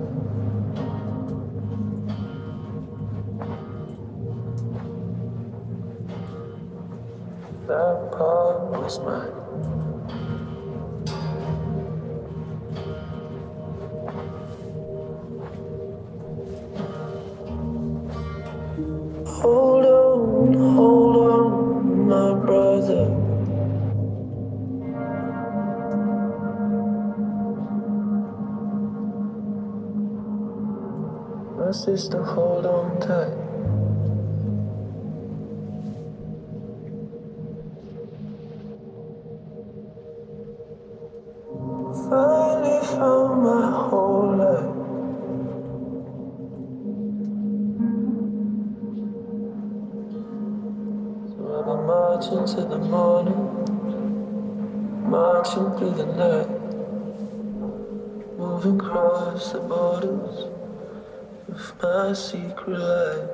F: That part was mine. Hold on, hold on, my brother. My sister, hold on tight. Finally found my whole life. So I've been marching till the morning, marching through the night, moving across the borders of my secret life.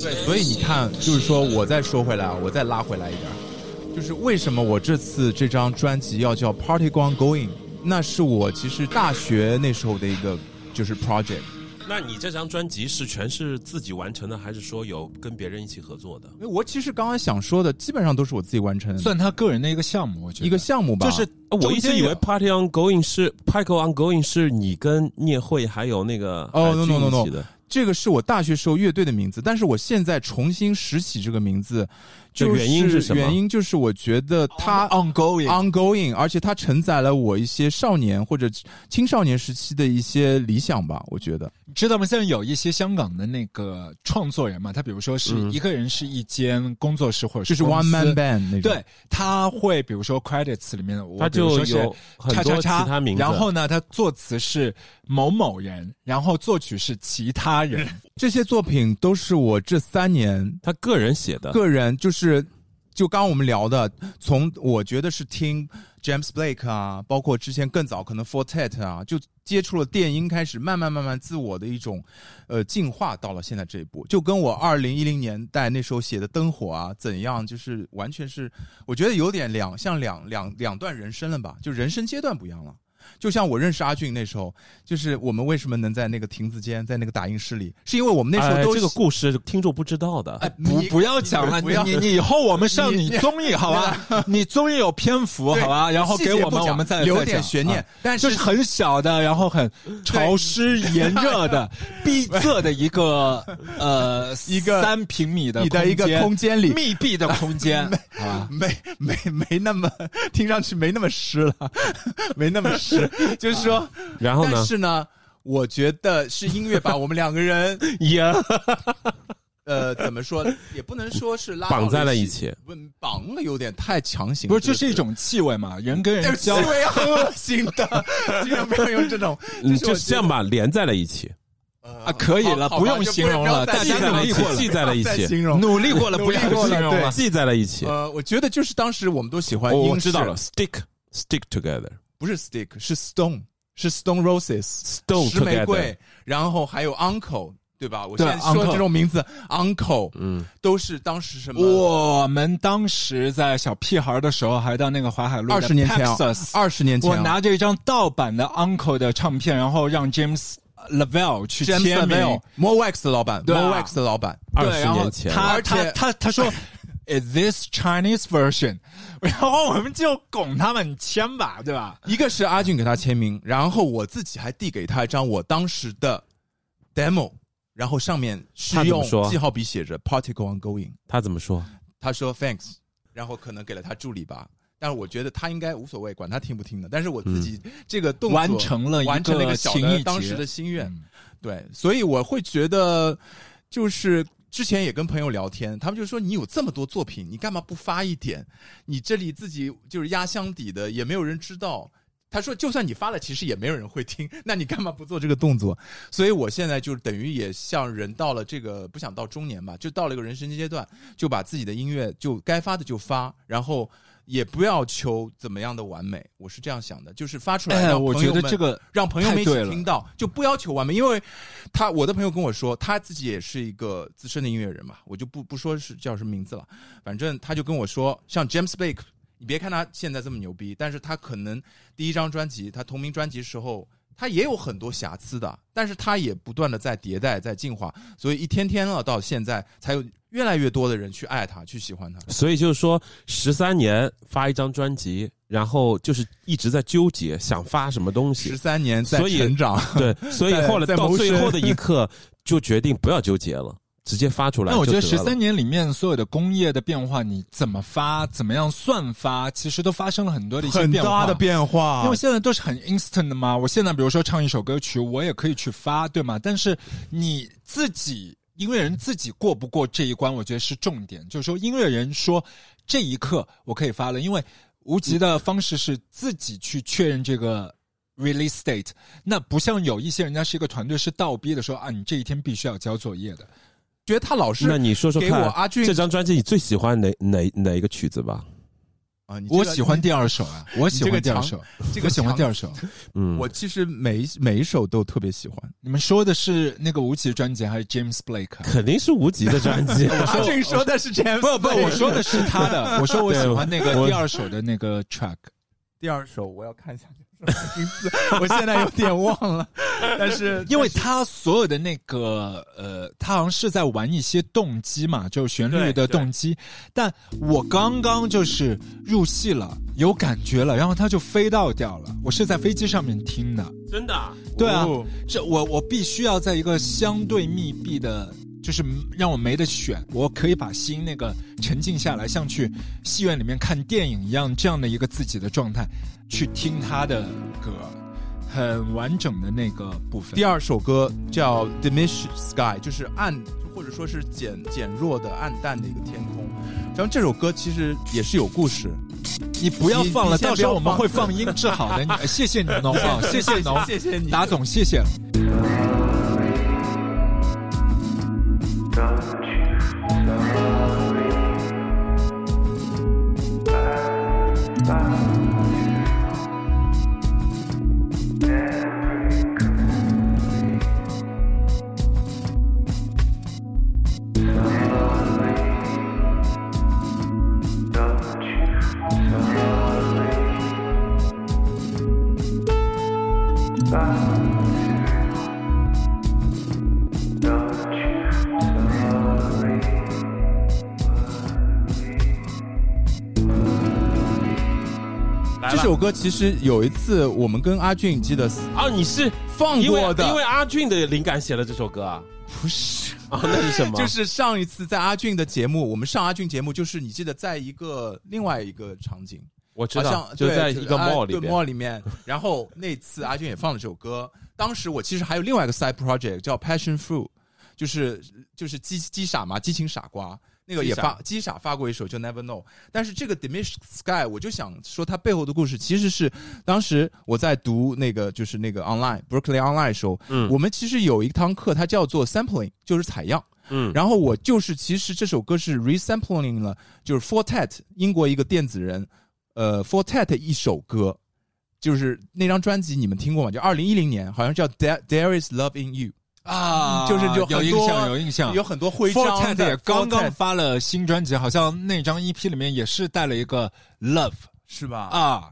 D: 对，所以你看，就是说我再说回来啊，我再拉回来一点儿，就是为什么我这次这张专辑要叫 Party Gone Going？那是我其实大学那时候的一个就是 project。
C: 那你这张专辑是全是自己完成的，还是说有跟别人一起合作的？
D: 因为我其实刚刚想说的，基本上都是我自己完成
A: 算他个人的一个项目，我觉得
D: 一个项目吧。
C: 就是呃我一
A: 中
C: 直
A: 间
C: 以
A: 有
C: 为 Party on Going 是 Paco on Going 是你跟聂慧还有那个
D: 哦
C: 海军
D: no, no, no,
C: 一起的，
D: 这个是我大学时候乐队的名字，但是我现在重新拾起这个名字，就是
C: 原因是什么哦
D: 原因就是我觉得它啊
A: ongoing
D: ongoing，而且它承载了我一些少年或者青少年时期的一些理想吧，我觉得。
A: 你知道吗？现在有一些香港的那个创作人嘛，他比如说是一个人是一间工作室或者
D: 嗯就是 one
A: 公司
D: man band 那种。
A: 对，他会比如说 credits 里面的，我
C: 他
A: 比如
C: 就
A: 说是
C: 有很
A: 叉
C: 多
A: 叉叉
C: 其他名字
A: 然后呢，他作词是某某人，然后作曲是其他人，
D: 这些作品都是我这三年
C: 他个人写的。
D: 个人就是。就刚刚我们聊的，从我觉得是听 James Blake 啊，包括之前更早可能 Fortet 啊，就接触了电音，开始慢慢慢慢自我的一种呃进化，到了现在这一步，就跟我二零一零年代那时候写的《灯火》啊，怎样，就是完全是我觉得有点两像两两两段人生了吧，就人生阶段不一样了。就像我认识阿俊那时候，就是我们为什么能在那个亭子间，在那个打印室里，是因为我们那时候
E: 哎
D: 都
E: 这个故事听众不知道的，
D: 哎
A: 不
D: 你
A: 不要讲了，
D: 不
A: 你
D: 要
A: 你你以后我们上
D: 你啊
A: 你综艺好吧？ 你综艺有篇幅
D: 对
A: 好吧？然后
D: 细节
A: 给我
D: 不
A: 们
D: 讲
A: 我们再
D: 留
A: 再
D: 点
A: 讲
D: 悬念
A: 啊，
D: 但
A: 就是 很小的，然后很潮湿炎热 的闭塞的一个呃
D: 一个
A: 三平米的
D: 你的一个空间里
A: 密闭的空间好吧？
D: 没没没那么听上去没那么湿了， 没那么湿，就是说，
C: 啊然后呢
D: 但？是呢，我觉得是音乐把我们两个人，
E: 呀，
D: 呃，怎么说，也不能说是拉
C: 绑在了一
D: 起
C: 起，
D: 不绑有点太强行，
A: 不是，就是一。种气味嘛，人跟
D: 但
A: 人
D: 是思
A: 交
D: 维很 恶心的，尽量不要用这种。
C: 嗯，
D: 是我
C: 就是这样吧，连在了一起，
A: 啊，可以了，
D: 好好吧
A: 不用形容了，
D: 就不
A: 大
D: 要再
C: 记
A: 家
C: 在
A: 努
C: 了一
A: 力
C: 起
A: 过，了
C: 记，在了一
D: 再
C: 起，
D: 形容
A: 努力过了，
D: 努力
A: 不要
D: 过了
A: 形容
D: 对
A: 了。
C: 记在了一起。
D: 呃，我觉得就是当时我们都喜
E: 哦
D: 欢
C: 我
D: 英
C: 我
D: 式
C: 知道了，stick stick together
D: 不是 stick，是 stone，是 stone roses，
C: stone
D: 石玫
C: together，
D: 瑰，然后还有 uncle，对吧？我
A: 对
D: 现在说
A: uncle
D: 这种名字 uncle
C: 嗯，
D: 都是当时什么？
A: 我们当时在小屁孩儿的时候，还到那个淮海路的
D: 二十年前啊
A: Paxos，
D: 二十年前
A: 我
D: 啊，
A: 拿着一张盗版的 Uncle 的唱片，然后让 James Lavelle 去
D: James
A: 签
D: m
A: 名
D: i l。m o w a x 的老板
A: 对啊
D: m o w a x 的老板，
C: 二
A: 对，
C: 十
A: 然后
C: 年前，
A: 他
D: 而
A: 他
D: 且
A: 他他说，Is this Chinese version？然后我们就拱他们签吧，对吧？
D: 一个是阿俊给他签名，然后我自己还递给他一张我当时的 demo，然后上面
C: 他
D: 是
C: 怎么
D: 用
C: 说
D: 记号笔写着 particle ongoing。
C: 他怎么说？
D: 他说 thanks，然后可能给了他助理吧。但是我觉得他应该无所谓，管他听不听的。但是我自己这个动
A: 嗯
D: 作
A: 完成了一个
D: 完成了一个小
A: 情意
D: 的
A: 结
D: 当时的心愿，
A: 嗯
D: 对，所以我会觉得就是。之前也跟朋友聊天，他们就说你有这么多作品，你干嘛不发一点？你这里自己就是压箱底的，也没有人知道。他说，就算你发了，其实也没有人会听，那你干嘛不做这个动作？所以我现在就是等于也像人到了这个不想到中年吧，就到了一个人生阶段，就把自己的音乐就该发的就发，然后也不要求怎么样的完美。我是这样想的，就是发出来
A: 哎，
D: 让
A: 我
D: 朋友
A: 觉
D: 们、
A: 得这个
D: 让朋友们一
A: 太对
D: 起
A: 了
D: 听到，就不要求完美，因为他我的朋友跟我说，他自己也是一个资深的音乐人嘛，我就不不说是叫什么名字了，反正他就跟我说，像 James Blake，你别看他现在这么牛逼，但是他可能第一张专辑，他同名专辑时候。他也有很多瑕疵的，但是他也不断的在迭代、在进化，所以一天天了到现在，才有越来越多的人去爱他、去喜欢他。
C: 所以就是说，十三年发一张专辑，然后就是一直在纠结想发什么东西
D: 十，三年在
C: 所以
D: 成长，
C: 对， 所以
D: 在
C: 后来
D: 在
C: 到
D: 谋
C: 最
D: 生
C: 后的一刻，就决定不要纠结了，直接发出来
A: 那
C: 就
A: 我觉
C: 得
A: 得
C: 了。
A: 十三年里面所有的工业的变化，你怎么发，怎么样算发，其实都发生了很 多的一些
D: 很
A: 变化。
D: 大的变化，
A: 因为现在都是很 instant 的嘛。我现在比如说唱一首歌曲，我也可以去发，对吗？但是你自己音乐人自己过不过这一关，我觉得是重点。就是说，音乐人说这一刻我可以发了，因为无极的方式是自己去确认这个。release date，那不像有一些人家是一个团队是倒逼的说啊，你这一天必须要交作业的。
D: 觉得他老是
C: 那你说说
D: 给我
C: 看，
D: 阿俊
C: 这张专辑你最喜欢哪哪哪一个曲子吧？
D: 啊，你这
A: 我
D: 个
A: 喜欢第二首啊，我喜
D: 这
A: 欢
D: 个
A: 第二
D: 强
A: 首，
D: 这
A: 我
D: 个
A: 喜欢
D: 强
A: 第二 首。
C: 嗯，
D: 我其实每一每一首都特别喜欢，
A: 你们说的是那个无极专辑还是 James Blake？啊
C: 肯定是无极的专 辑。
D: 阿俊说的是 James，
A: 不不，我说的是他的，我说我喜欢那
C: 我
A: 个第二首的那个 track。
D: 第二首，我要看一下这首名字， 我现在有点忘了，但是
A: 因为他所有的那个呃，他好像是在玩一些动机嘛，就是旋律的动机。但我刚刚就是入戏了，有感觉了，然后他就飞到掉了。我是在飞机上面听的，
C: 真的啊，
A: 对啊，
D: 哦
A: 这我我必须要在一个相对密闭的，就是让我没得选，我可以把心那个沉静下来，像去戏院里面看电影一样这样的一个自己的状态，去听他的歌，很完整的那个部 分。
D: 第二首歌叫《Diminish Sky》，就是暗或者说是减减弱的暗淡的一个天空。然后这首歌其实也是有故事，
A: 你不要放了，
D: 你你先
A: 到时候
D: 不要
A: 我们
D: 放
A: 会放音质好的。你呃谢谢你农啊，谢谢农，
D: 谢谢你
A: 达总，谢 谢。
F: Bye.
E: 来
D: 这
E: 了。
D: 首歌其实有一次我们跟阿俊记得
E: 啊，你是
D: 放
E: 因为
D: 过的，
E: 因为阿俊的灵感写了这首歌啊？
D: 不是，
E: 啊，那是什么？
D: 就是上一次在阿俊的节目，我们上阿俊节目，就是你记得在一个另外一个场景，
E: 我知
D: 好
E: 道，
D: 像
E: 就
D: 对
E: 在一个
D: 啊
E: mall 里
D: 对
E: 边
D: mall 里面。然后那次阿俊也放了这首歌，当时我其实还有另外一个 side project 叫 Passion Fruit，就是就是激激傻嘛，激情傻瓜。那个也发激傻发过一首叫 Never Know，但是这个 Dimish Sky 我就想说它背后的故事其实是当时我在读那个就是那个 online Berkeley online 的时候，我们其实有一堂课它叫做 sampling，就是采样。
E: 嗯
D: 然后我就是其实这首歌是 resampling 了，就是 Fortet 英国一个电子人，呃 Fortet 一首歌，就是那张专辑你们听过吗？就二零一零年，好像叫 There There Is Love in You，
A: 啊
D: 就是有
A: 有
D: 很
A: 印
D: 多
A: 象，有印象。
D: 有很多徽
A: f o r
D: 章
A: t e
D: 在
A: t 也刚刚
D: Fortet
A: 发了新专辑，好像那张 EP 里面也是带了一个 Love
D: 是吧？啊，
A: 啊，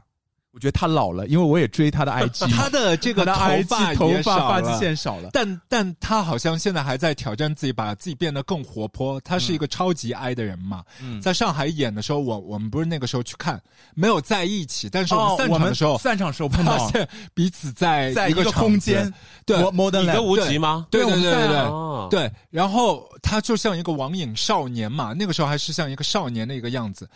D: 我觉得他老了，因为我也追 他的 IG，
A: 他的这个
D: 他
A: 头
D: 的 IG
A: 发
D: 头
A: 也
D: 发
A: 少
D: 发
A: 了
D: 际线少了。
A: 但但他好像现在还在挑战自己，把自己变得更活泼。他是一个超级 I 的人嘛，
D: 嗯
A: 在上海演的时候，我我们不是那个时候去看，没有在一起，但是我们散场的时候，
D: 哦我们散场时候碰
A: 发
D: 到，
A: 现彼此在
D: 在
A: 一
D: 个
A: 场
D: 空
A: 子
D: 间，
A: 对
D: Modern
E: 你
D: Lab
E: 跟吴
A: 对
E: 极吗？
A: 对
D: 对我
A: 对对
D: 们
A: 对
D: 在
A: 对
D: 啊
E: 哦
A: 对，然后他就像一个网瘾少年嘛，那个时候还是像一个少年的一个样子。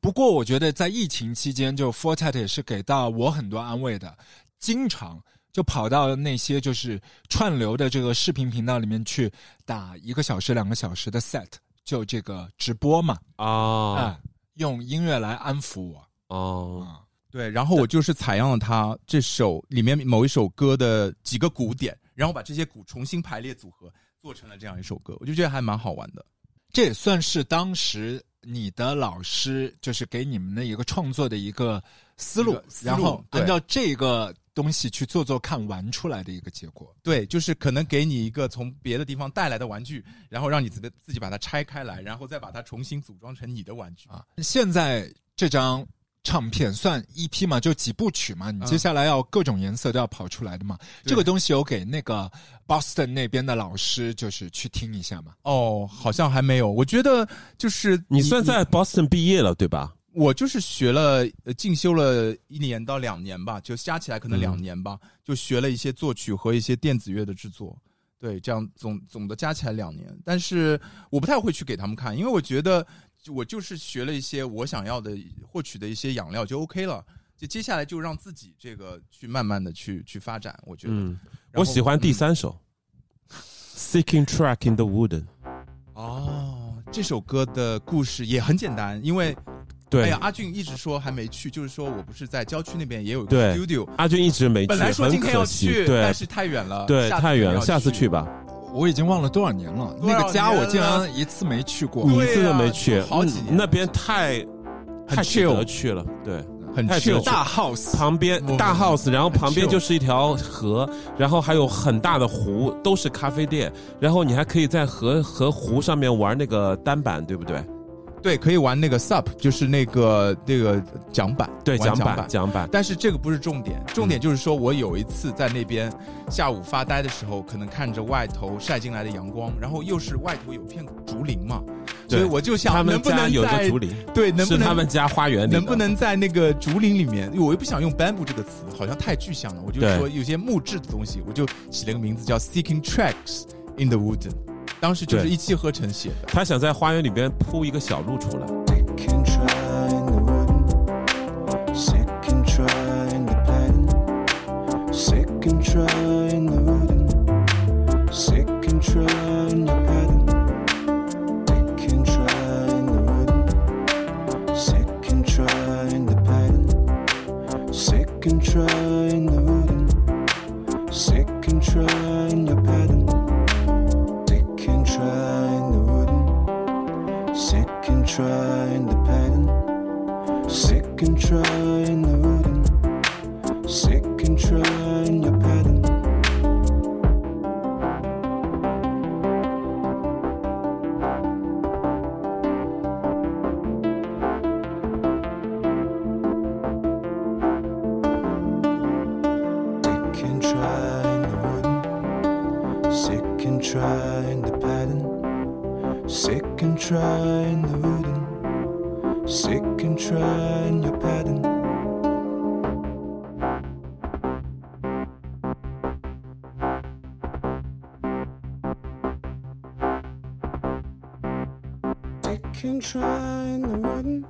A: 不过我觉得在疫情期间，就 Fortet 也是给到我很多安慰的，经常就跑到那些就是串流的这个视频频道里面去打一个小时、两个小时的 set，就这个直播嘛，
C: 哦
A: 啊、
D: 哎
E: 啊
A: 用音乐来安抚我
E: 哦，
A: 啊、
D: 对，然后我就是采样了他这首里面某一首歌的几个鼓点，然后把这些鼓重新排列组合，做成了这样一首歌，我就觉得还蛮好玩的。
A: 这也算是当时你的老师就是给你们的一个创作的一个思
D: 一
A: 路
D: 个，思路
A: 然后
D: 对
A: 按照这个东西去做做看，玩出来的一个结果。
D: 对，就是可能给你一个从别的地方带来的玩具，然后让你自己自己把它拆开来，然后再把它重新组装成你的玩具。
A: 啊，现在这张唱片算 EP 嘛，就几部曲嘛，你接下来要各种颜色都要跑出来的嘛。
D: 嗯对
A: 这个东西有给那个 Boston 那边的老师就是去听一下嘛。
D: 哦，好像还没有。我觉得就是
E: 你算在 Boston 毕业了对吧？
D: 我就是学了呃进修了一年到两年吧，就加起来可能两年
E: 嗯
D: 吧，就学了一些作曲和一些电子乐的制作。对，这样总总的加起来两年，但是我不太会去给他们看，因为我觉得我就是学了一些我想要的获取的一些养料就 OK 了，就接下来就让自己这个去慢慢的去去发展。我觉得，
E: 嗯，
D: 然后嗯
E: 我喜欢第三首，Seeking Track in the Wooden。
D: 哦，这首歌的故事也很简单，因为哎
E: 对
D: 呀，，阿俊一直说还没去，就是说我不是在郊区那边也有一个
E: 对
D: studio，
E: 阿俊一直没去，
D: 本来说
E: 很
D: 今天要
E: 可惜
D: 去，
E: 对
D: 但是太远了，
E: 对，
D: 下次
E: 太远了，
D: 要
E: 下次去。吧。
A: 我已经忘了多少年了，
D: 多少
A: 那个家
D: 年
A: 我竟
D: 了
A: 然一次没去过。
E: 你一
D: 对
E: 次都
D: 啊
E: 没去，
D: 就好几
E: 嗯
D: 年
E: 那边太
D: 很
E: 太值
D: chill
E: 得去了。对，
D: 很
E: 太
D: chill
E: 久
A: 大 house
E: 旁边
D: 嗯
E: 大 house，然后
D: 很
E: 旁边
D: chill
E: 就是一条河，然后还有很大的湖，都是咖啡店，然后你还可以在河河湖上面玩那个单板，对不对？
D: 对，可以玩那个 SUP，就是那个那个桨板，
E: 对，
D: 玩
E: 桨
D: 桨
E: 板，桨板。
D: 但是这个不是重点，重点就是说我有一次在那边下午发呆的时候，可能看着外头晒进来的阳光，然后又是外头有片竹林嘛，所
E: 对
D: 以我就
E: 他
D: 想能
E: 们
D: 不
E: 家
D: 能
E: 有
D: 在
E: 个竹林，
D: 对，能不
E: 是他
D: 能
E: 们家花园里的。
D: 能不能在那个竹林里面？我又不想用 bamboo 这个词，好像太具象了。我就
E: 对
D: 说有些木质的东西，我就起了个名字叫 Seeking Tracks in the Wooden，当时就是
E: 对
D: 一气呵成写的。
E: 他想在花园里边铺一个小路出来。
G: Sick and try in the wooden. Sick and try in the pen. Sick and try in the wooden. Sick and try in the pen. Sick and try in the wooden. Sick and try in the pen. Sick and try in the wooden. Sick and try in the pen. Sick and try in the wooden. Sick and try in the pattern. Sick and try in the wooden. Sick and try in the pattern. Try in the pattern. Sick and try in the wooden. Sick and try in your pattern. Sick and trying the wooden.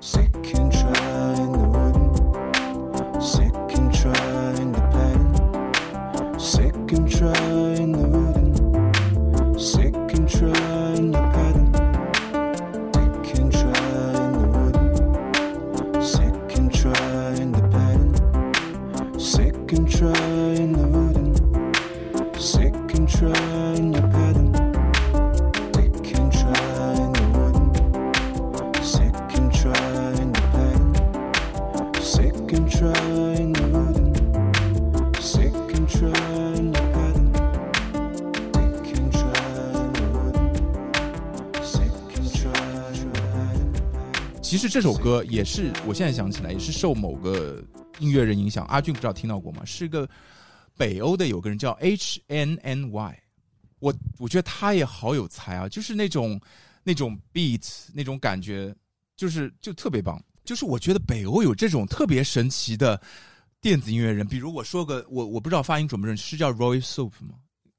G: Sick and trying the wooden. Sick and trying the pattern. Sick and trying the wooden. Sick and trying the pattern. Sick and trying the wooden. Sick and trying the pattern. Sick and trying the wooden. Sick and trying the pattern. Sick and trying the wooden. Sick and trying the pattern. Sick and trying the wooden. Sick and trying the pattern. Sick and trying the wooden. Sick and trying the pattern.
D: 其实这首歌也是我现在想起来，也是受某个音乐人影响。阿俊不知道听到过吗？是个北欧的，有个人叫 H N N Y，我我觉得他也好有才啊，就是那种那种 beat 那种感觉，就是就特别棒。就是我觉得北欧有这种特别神奇的电子音乐人，比如我说个我我不知道发音准不准，是叫 Roy Soap 吗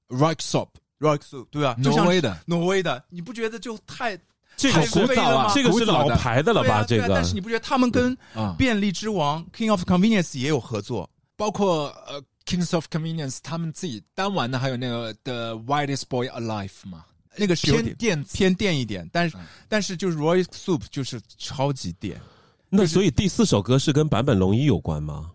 A: r o c k s o p
D: ？Roy Soap 对啊，就像
A: 挪威的，
D: 挪威的，你不觉得就太
E: 这个
D: 太
E: 是
D: 古早啊
E: 这个
A: 古
E: 是
A: 早
E: 老
A: 的
E: 牌的了
D: 对
E: 吧？
D: 啊
E: 这
D: 对啊
E: 个
D: 但是你不觉得他们跟
A: 啊，
D: 便利之王 King of Convenience 也有合作，
A: 包括呃 Kings of Convenience 他们自己单玩的，还有那个 The Wildest Boy Alive 嘛，
D: 那个是有
A: 哎偏
D: 点
A: 电子
D: 偏电一点，但是、
A: 嗯
D: 但是就是 Roy Soup 就是超级电，
E: 那所以第四首歌是跟坂本龙一有关吗？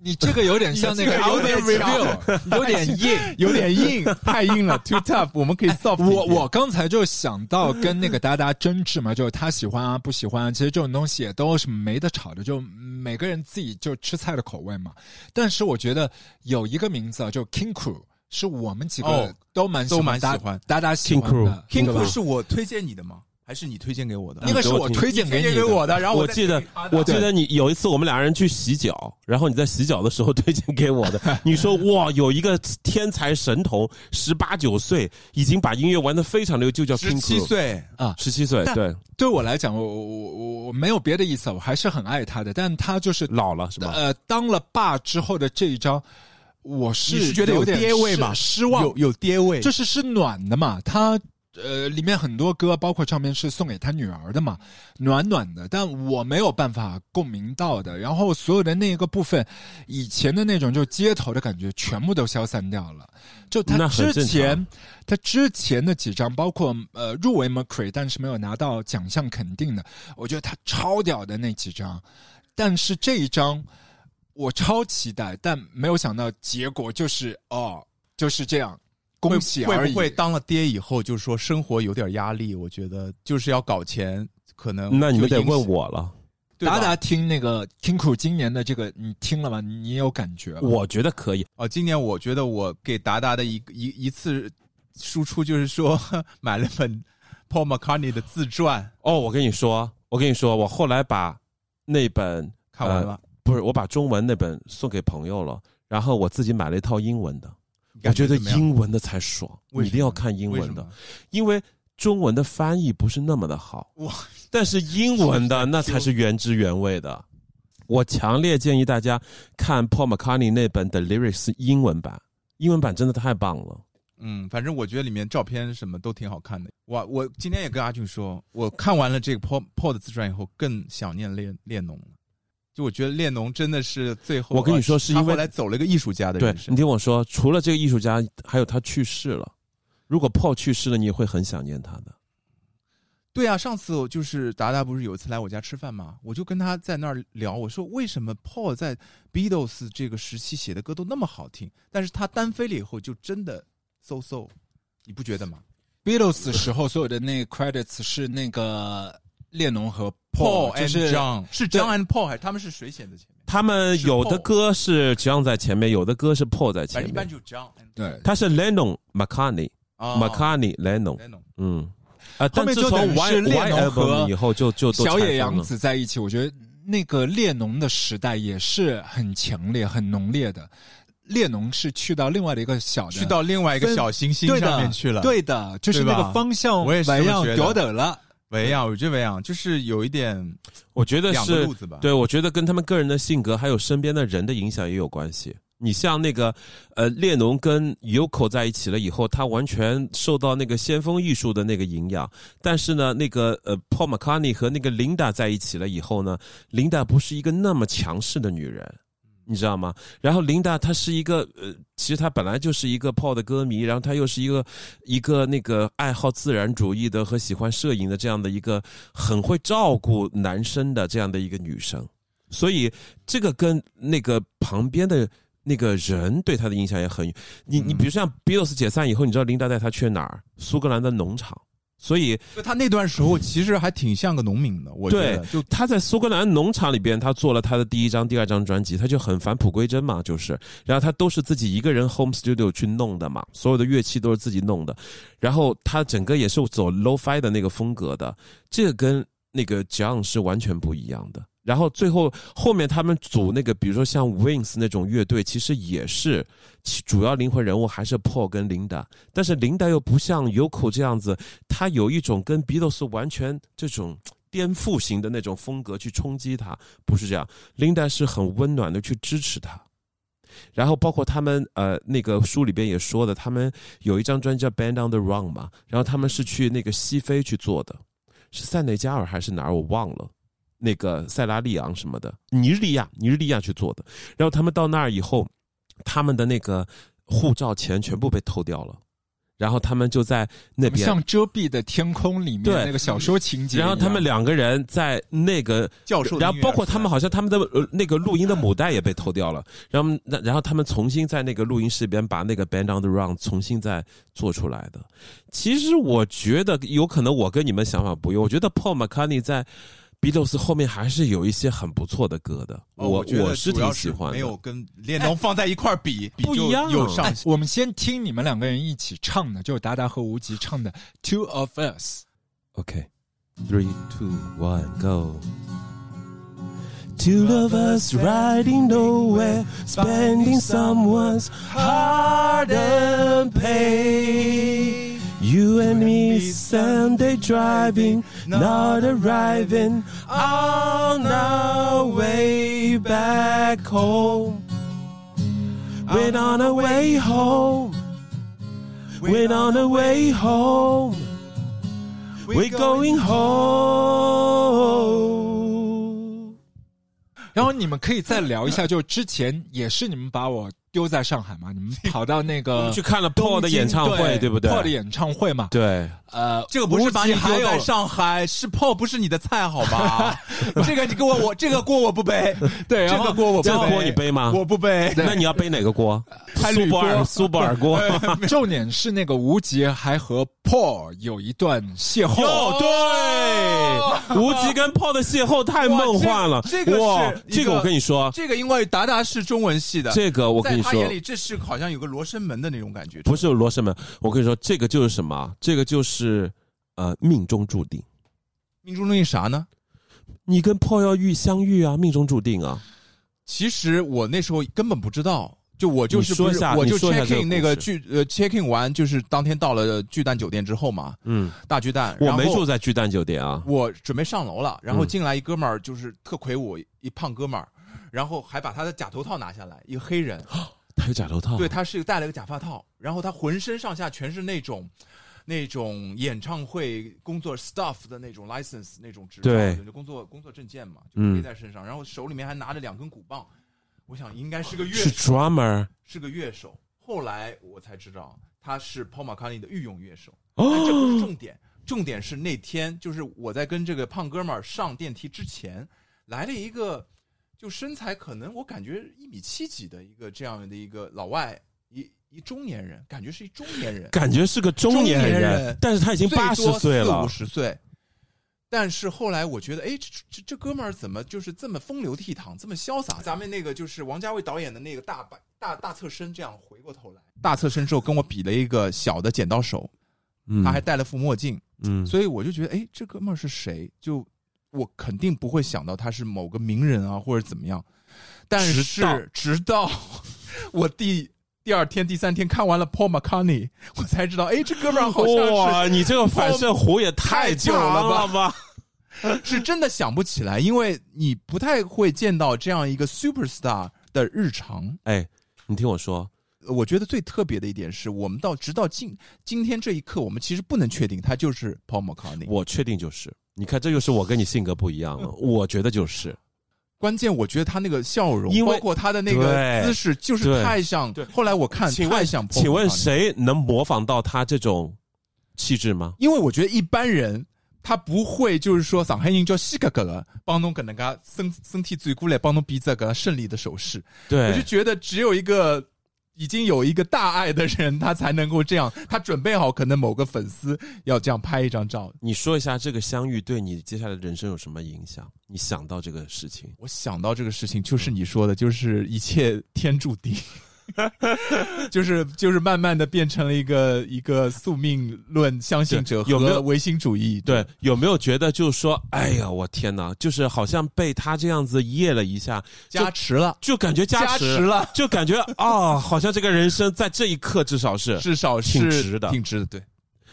A: 你这个有点像 那个
D: 有点
A: review，有点硬。
D: 有点硬，太硬了，too tough，我们可以 soft 一点。
A: 我我刚才就想到跟那个达达争执嘛，就是他喜欢啊不喜欢啊，其实这种东西也都是没得吵的，就每个人自己就吃菜的口味嘛。但是我觉得有一个名字啊，就 King Crew，是我们几个
D: 哦
A: 都蛮喜
D: 都蛮
A: 欢达
D: 喜欢
A: 达达喜欢
E: King
A: 的
D: King
A: 对吧
D: Crew 是我推荐你的吗？还是你推荐给我的？
A: 那个是我推荐给
D: 推
A: 你
D: 荐给
A: 的，
D: 我的，然后
E: 我
D: 再
E: 记得
D: 推荐给他，的
E: 我记得你有一次我们俩人去洗脚，然后你在洗脚的时候推荐给我 的，你说哇，有一个天才神童，十八九岁已经把音乐玩得非常溜，就叫
D: 十
E: King
D: 七
E: Crew，
D: 岁，
E: 十七岁，
A: 但
E: 对，
A: 对我来讲，我我我我我没有别的意思，我还是很爱他的，但他就是
D: 嗯
E: 老了是吧？
A: 呃，当了爸之后的这一招，我
D: 你
A: 是
D: 是觉得有
A: 点
D: 爹味
A: 失
D: 吗？
A: 失望，
D: 有有爹味，
A: 就是是暖的嘛，他。呃，里面很多歌，包括唱片是送给他女儿的嘛，暖暖的，但我没有办法共鸣到的。然后所有的那一个部分，以前的那种就街头的感觉，全部都消散掉了。就他
E: 那很
A: 之
E: 正
A: 前，他之前的几张，包括呃入围 McCree，但是没有拿到奖项肯定的，我觉得他超屌的那几张，但是这一张我超期待，但没有想到结果就是哦，就是这样，
D: 会
A: 恭喜而已。
D: 会不会当了爹以后，就是说生活有点压力？我觉得就是要搞钱，可能
E: 那你们得
D: 就影响
E: 问我了。
D: 对吧
A: 达达听那个 Kinku 今年的这个，你听了吗？你有感觉吗？
E: 我觉得可以，
D: 哦，今年我觉得我给达达的一一一次输出就是说买了本 Paul McCartney 的自传，
E: 哦，我跟你说，我跟你说，我后来把那本
D: 看完了，
E: 不是，我把中文那本送给朋友了，然后我自己买了一套英文的，我
D: 你感
E: 觉得
D: 怎么样
E: 英文的才爽，
D: 为
E: 你一
D: 什
E: 定要
D: 么
E: 看英
D: 为
E: 文
D: 什
E: 的
D: 么，
E: 因为中文的翻译不是那么的好，
D: 哇，
E: 但是英文的那才是原汁原味的。我强烈建议大家看 Paul McCartney 那本的 lyrics 英文版，英文版真的太棒了。
D: 嗯，反正我觉得里面照片什么都挺好看的。我我今天也跟阿俊说，我看完了这个 Paul Paul 的自传以后，更想念列列侬了。就我觉得列侬真的是最后啊，
E: 我跟你说是因为
D: 他后来走了一个艺术家的
E: 对
D: 人生
E: 你，听我说，除了这个艺术家，还有他去世了。如果 Paul 去世了，你也会很想念他的。
D: 对啊，上次我就是达达不是有一次来我家吃饭嘛，我就跟他在那儿聊，我说为什么 Paul 在 Beatles 这个时期写的歌都那么好听，但是他单飞了以后就真的 so so，你不觉得吗
A: Beatles 时候所有的那个 credits 是那个列侬和 Paul，
D: ？Paul
A: 就
D: and
A: 是
D: John 是 John and Paul 还是他们是谁写的前面？
E: 他们有的歌是 John 在前面，有的歌是 Paul 在
D: 反
E: 前
D: 正一般
E: 面。
D: 就 John and
A: 对，
E: 他是 Lennon McCartney、
D: 啊
E: McCartney Lennon，
D: Lennon
E: 嗯，
A: 哦
E: 啊，
A: 后
E: 但
A: 面
E: 自
A: 就等
E: 从
A: 于
E: Y
A: 是
E: Y
A: 列侬和
E: album 以后就就都
A: 小
E: 拆
A: 野
E: 分
A: 洋
E: 了
A: 子在一起，我觉得那个列侬的时代也是很强烈、很浓烈的。列侬是去到另外的一个小的，
D: 去到另外一个小行星
A: 对的
D: 上面去了，
A: 对的，就是那
D: 对
A: 个
D: 吧
A: 方向，
D: 我也是这么
A: 样
D: 觉得
A: 有点了。
D: 维扬，我觉得维扬就是有一点
E: 我觉得
D: 两个
E: 是
D: 路子吧。
E: 对，我觉得跟他们个人的性格还有身边的人的影响也有关系。你像那个呃列侬跟 Yoko 在一起了以后，他完全受到那个先锋艺术的那个营养，但是呢，那个呃 Paul McCartney 和那个 Linda 在一起了以后呢，Linda 不是一个那么强势的女人。你知道吗？然后琳达她是一个呃，其实她本来就是一个 Paul 的歌迷，然后她又是一个一个那个爱好自然主义的和喜欢摄影的这样的一个很会照顾男生的这样的一个女生，所以这个跟那个旁边的那个人对她的影响也很。你你比如像 Beatles 解散以后，你知道琳达带她去哪儿？苏格兰的农场，所以
D: 就他那段时候其实还挺像个农民的，我觉
E: 对
D: 得就
E: 他在苏格兰农场里边，他做了他的第一张、第二张专辑，他就很返璞归真嘛，就是，然后他都是自己一个人 home studio 去弄的嘛，所有的乐器都是自己弄的，然后他整个也是走 low-fi 的那个风格的，这个跟那个 John 是完全不一样的。然后最后后面他们组那个，比如说像 Wings 那种乐队，其实也是其主要灵魂人物还是 Paul 跟 Linda，但是 Linda 又不像 Yoko 这样子，他有一种跟 Beatles 完全这种颠覆型的那种风格去冲击他，不是这样。Linda 是很温暖的去支持他，然后包括他们呃那个书里边也说的，他们有一张专辑叫《Band on the Run》嘛，然后他们是去那个西非去做的，是塞内加尔还是哪儿我忘了。那个塞拉利昂什么的，尼日利亚，尼日利亚去做的。然后他们到那儿以后，他们的那个护照钱全部被偷掉了，然后他们就在那边
A: 像遮蔽的天空里面
E: 对
A: 那个小说情节一
E: 然
A: 样。
E: 后他们两个人在那个，
D: 教啊授的音乐
E: 然
D: 啊，
E: 后包括他们好像他们的呃那个录音的母带也被偷掉了，然后那然后他们重新在那个录音室里边把那个 Band on the Run 重新再做出来的。其实我觉得有可能我跟你们想法不一样，我觉得 Paul McCartney 在 Beatles 后面还是有一些很不错的歌的，
D: 哦
E: 我
D: 觉得
E: 是
D: 主要
E: 挺喜欢
D: 没
E: 的
D: 有。跟
A: 哎
D: 列侬放在一块儿比，比
E: 不一
D: 就
E: 样
D: 有上
A: 我们先听你们两个人一起唱的，就是达达和无极唱的《Two of Us》。
E: Okay. Three, two, one, go. Two of us riding nowhere, spending someone's hard earned pay. You and me Sunday driving, not arriving on our way back home. Went on our way home. Went on our way home. We're going home。
A: 然后你们可以再聊一下，就之前也是你们把我丢在上海嘛，你们跑到那个
E: 去看了 Paul 的演唱会，对不对
A: 破的演唱会嘛，
E: 对，
A: 呃，
D: 这个不是把你
A: 无极还
D: 丢在
A: 有
D: 上海，是炮不是你的菜，
A: 啊
D: 好 吧？哎这个你给我，我这个锅我不背，
A: 对，
D: 这
A: 然
D: 个
A: 后
D: 锅我不
E: 这
D: 背，
E: 个锅你背啊吗？
D: 我不背。
E: 那 你要背哪个锅？苏泊尔苏泊尔
D: 哎
E: 锅。
A: 重点是那个无极还和 Paul 有一段邂
E: 哦，
A: 逅，
D: 哦
E: 对，无极跟 Paul 的邂逅太梦幻了
D: 哇。这这个是
E: 哇
D: 一个
E: 这个我跟你说，
D: 这个因为达达是中文系的，
E: 这个我跟
D: 在
E: 你
D: 他
E: 说
D: 眼，里这是好像有个罗生门的那种感觉，
E: 不是罗生门。我跟你说，这个就是什么？这个就是呃，命中注定。
D: 命中注定啥呢？
E: 你跟 Paul 要遇相遇啊，命中注定啊。
D: 其实我那时候根本不知道，就我就是
E: 你说
D: 不是
E: 一下
D: 我
E: 你
D: 就
E: 说一下
D: check
E: 这个
D: in 那个
E: 故
D: 巨呃 check in 完，就是当天到了巨蛋酒店之后嘛，
E: 嗯，
D: 大巨蛋，
E: 我
D: 然后
E: 没住在巨蛋酒店啊。
D: 我准备上楼了，然后
E: 嗯
D: 进来一哥们儿，就是特魁梧，一胖哥们儿，然后还把他的假头套拿下来，一个黑人，
E: 他有假头套。啊
D: 对，他是戴了个假发套，然后他浑身上下全是那种。那种演唱会工作 staff 的那种 license 那种执照，
E: 对
D: 就工作工作证件嘛，就
E: 嗯
D: 背在身上，然后手里面还拿着两根鼓棒，我想应该是个乐
E: 是
D: 手，
E: drummer。
D: 是个乐手。后来我才知道他是 Paul McCartney 的御用乐手，
E: 哦
D: 哎但这不是重点，重点是那天就是我在跟这个胖哥们儿上电梯之前，来了一个就身材可能我感觉一米七几的一个这样的一个老外，一一中年人，感觉是一中年人，
E: 感觉是个中年
D: 中
E: 人，
D: 年人
E: 但是他已经
D: 最
E: 八十
D: 多
E: 岁
D: 四
E: 了
D: 五。十岁。但是后来我觉得，哎，这这这哥们儿怎么就是这么风流倜傥，这么潇洒？咱们那个就是王家卫导演的那个大摆大大侧身，这样回过头来，大侧身之后跟我比了一个小的剪刀手，
E: 嗯
D: 他还戴了副墨镜，
E: 嗯，
D: 所以我就觉得，哎，这哥们儿是谁？就我肯定不会想到他是某个名人啊，或者怎么样。但是
E: 直到
D: 直到 我第第二天、第三天看完了 Paul McCartney，我才知道，哎，这哥们儿好像是
E: 哇，你这个反射弧也太久了吧？
D: 是真的想不起来，因为你不太会见到这样一个 superstar 的日常。
E: 哎，你听我说，
D: 我觉得最特别的一点是我们到直到今今天这一刻，我们其实不能确定他就是 Paul McCartney。
E: 我确定就是，你看这就是我跟你性格不一样了，
D: 嗯
E: 我觉得就是，
D: 关键我觉得他那个笑容，
E: 因为
D: 包括他的那个
E: 对
D: 姿势，就是
E: 对
D: 太像
E: 对。
D: 后来我看
E: 请
D: 太
E: 问
D: 像 Paul，
E: 请问
D: McCartney
E: 谁能模仿到他这种气质吗？
D: 因为我觉得一般人他不会，就是说上海人叫西格格了，帮侬搿能介身身体转过来，帮侬比这个胜利的手势。我就
E: 对，
D: 觉得只有一个已经有一个大爱的人，他才能够这样。他准备好，可能某个粉丝要这样拍一张照。
E: 你说一下这个相遇对你接下来的人生有什么影响？你想到这个事情，
D: 我想到这个事情，
E: 嗯
D: 就是你说的，就是一切天注 定。就是就是慢慢的变成了一个一个宿命论相信者
E: 对有没
D: 和
E: 有
D: 唯心主义
E: 对，有没有觉得就是说，哎呀，我天哪，就是好像被他这样子噎了一下，就
D: 加持了，
E: 就感觉加
D: 加持了，
E: 就感觉啊、好像这个人生在这一刻至少是
D: 至少是
E: 挺值的
D: 挺值的，对。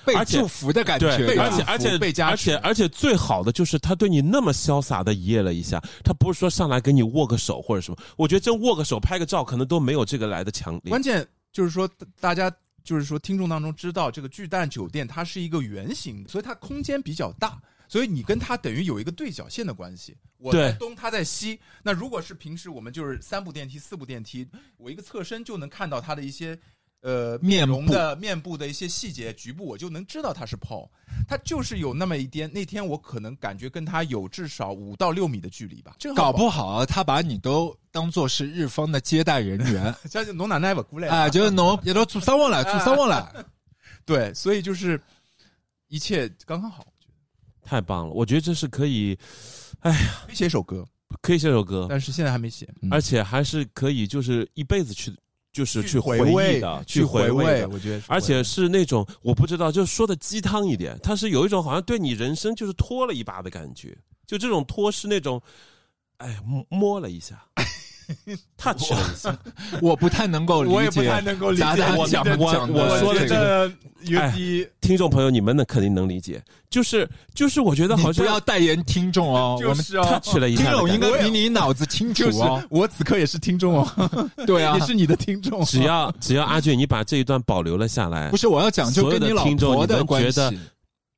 A: 被
E: 而且
A: 祝福的感觉
E: 对
A: 啊，，
D: 被
E: 而
D: 祝
E: 且
D: 福
E: 而且
D: 被加
E: 而
D: 持
E: 且而且最好的就是他对你那么潇洒的一夜了一下，他不是说上来跟你握个手或者什么，我觉得真握个手拍个照可能都没有这个来的强烈
D: 关。键就是说，大家就是说，听众当中知道这个巨蛋酒店它是一个圆形，所以它空间比较大，所以你跟它等于有一个对角线的关系。我在
E: 对
D: 东，它在西。那如果是平时我们就是三部电梯、四部电梯，我一个侧身就能看到它的一些。呃，面容的面部的一些细节，局部我就能知道它是 Paul，它就是有那么一点。那天我可能感觉跟他有至少五到六米的距离吧，正
A: 搞
D: 好
A: 不好他把你都当做是日方的接待人 员
D: 相信侬哪奈不过来
A: 啊，就是侬也都做生活了，
D: 哎
A: 做生活了。
D: 对，所以就是一切刚刚好。
E: 太棒了，我觉得这是可以
D: 可以写首歌，
E: 可以写首歌，
D: 但是现在还没写。嗯
E: 而且还是可以就是一辈子去就是去
D: 回
E: 忆的，
D: 去
E: 回
D: 味
E: 的。
D: 我觉得是回味。
E: 而且是那种我不知道，就是说的鸡汤一点，它是有一种好像对你人生就是拖了一把的感觉，就这种拖是那种，哎，摸摸了一 下，touch 了一下，
A: 我不太能够理解，
D: 我也不太能够理解
A: 咱俩
D: 你
A: 讲
D: 的
A: 我
D: 讲
E: 我说的
D: 这
E: 这
D: 个有
E: 哎
D: 点，
E: 听众朋友你们能肯定能理解，就是就是我觉得好
A: 你不
E: 像
A: 要代言听众哦，
D: 就
A: 我们
D: 是哦，
E: touch 了一
A: 听
E: 下的
A: 众
E: 感
A: 应
E: 觉。
A: 该比你脑子清楚
D: 就是
A: 哦。
D: 我此刻也是听众哦，
A: 对啊
D: 也，是你的听众哦。
E: 只要只要阿俊你把这一段保留了下来
A: 不，是我要讲就
E: 所有
A: 跟
E: 的
A: 你老
E: 听众
A: 婆
E: 你
A: 的
E: 们
A: 关
E: 觉
A: 系
E: 得。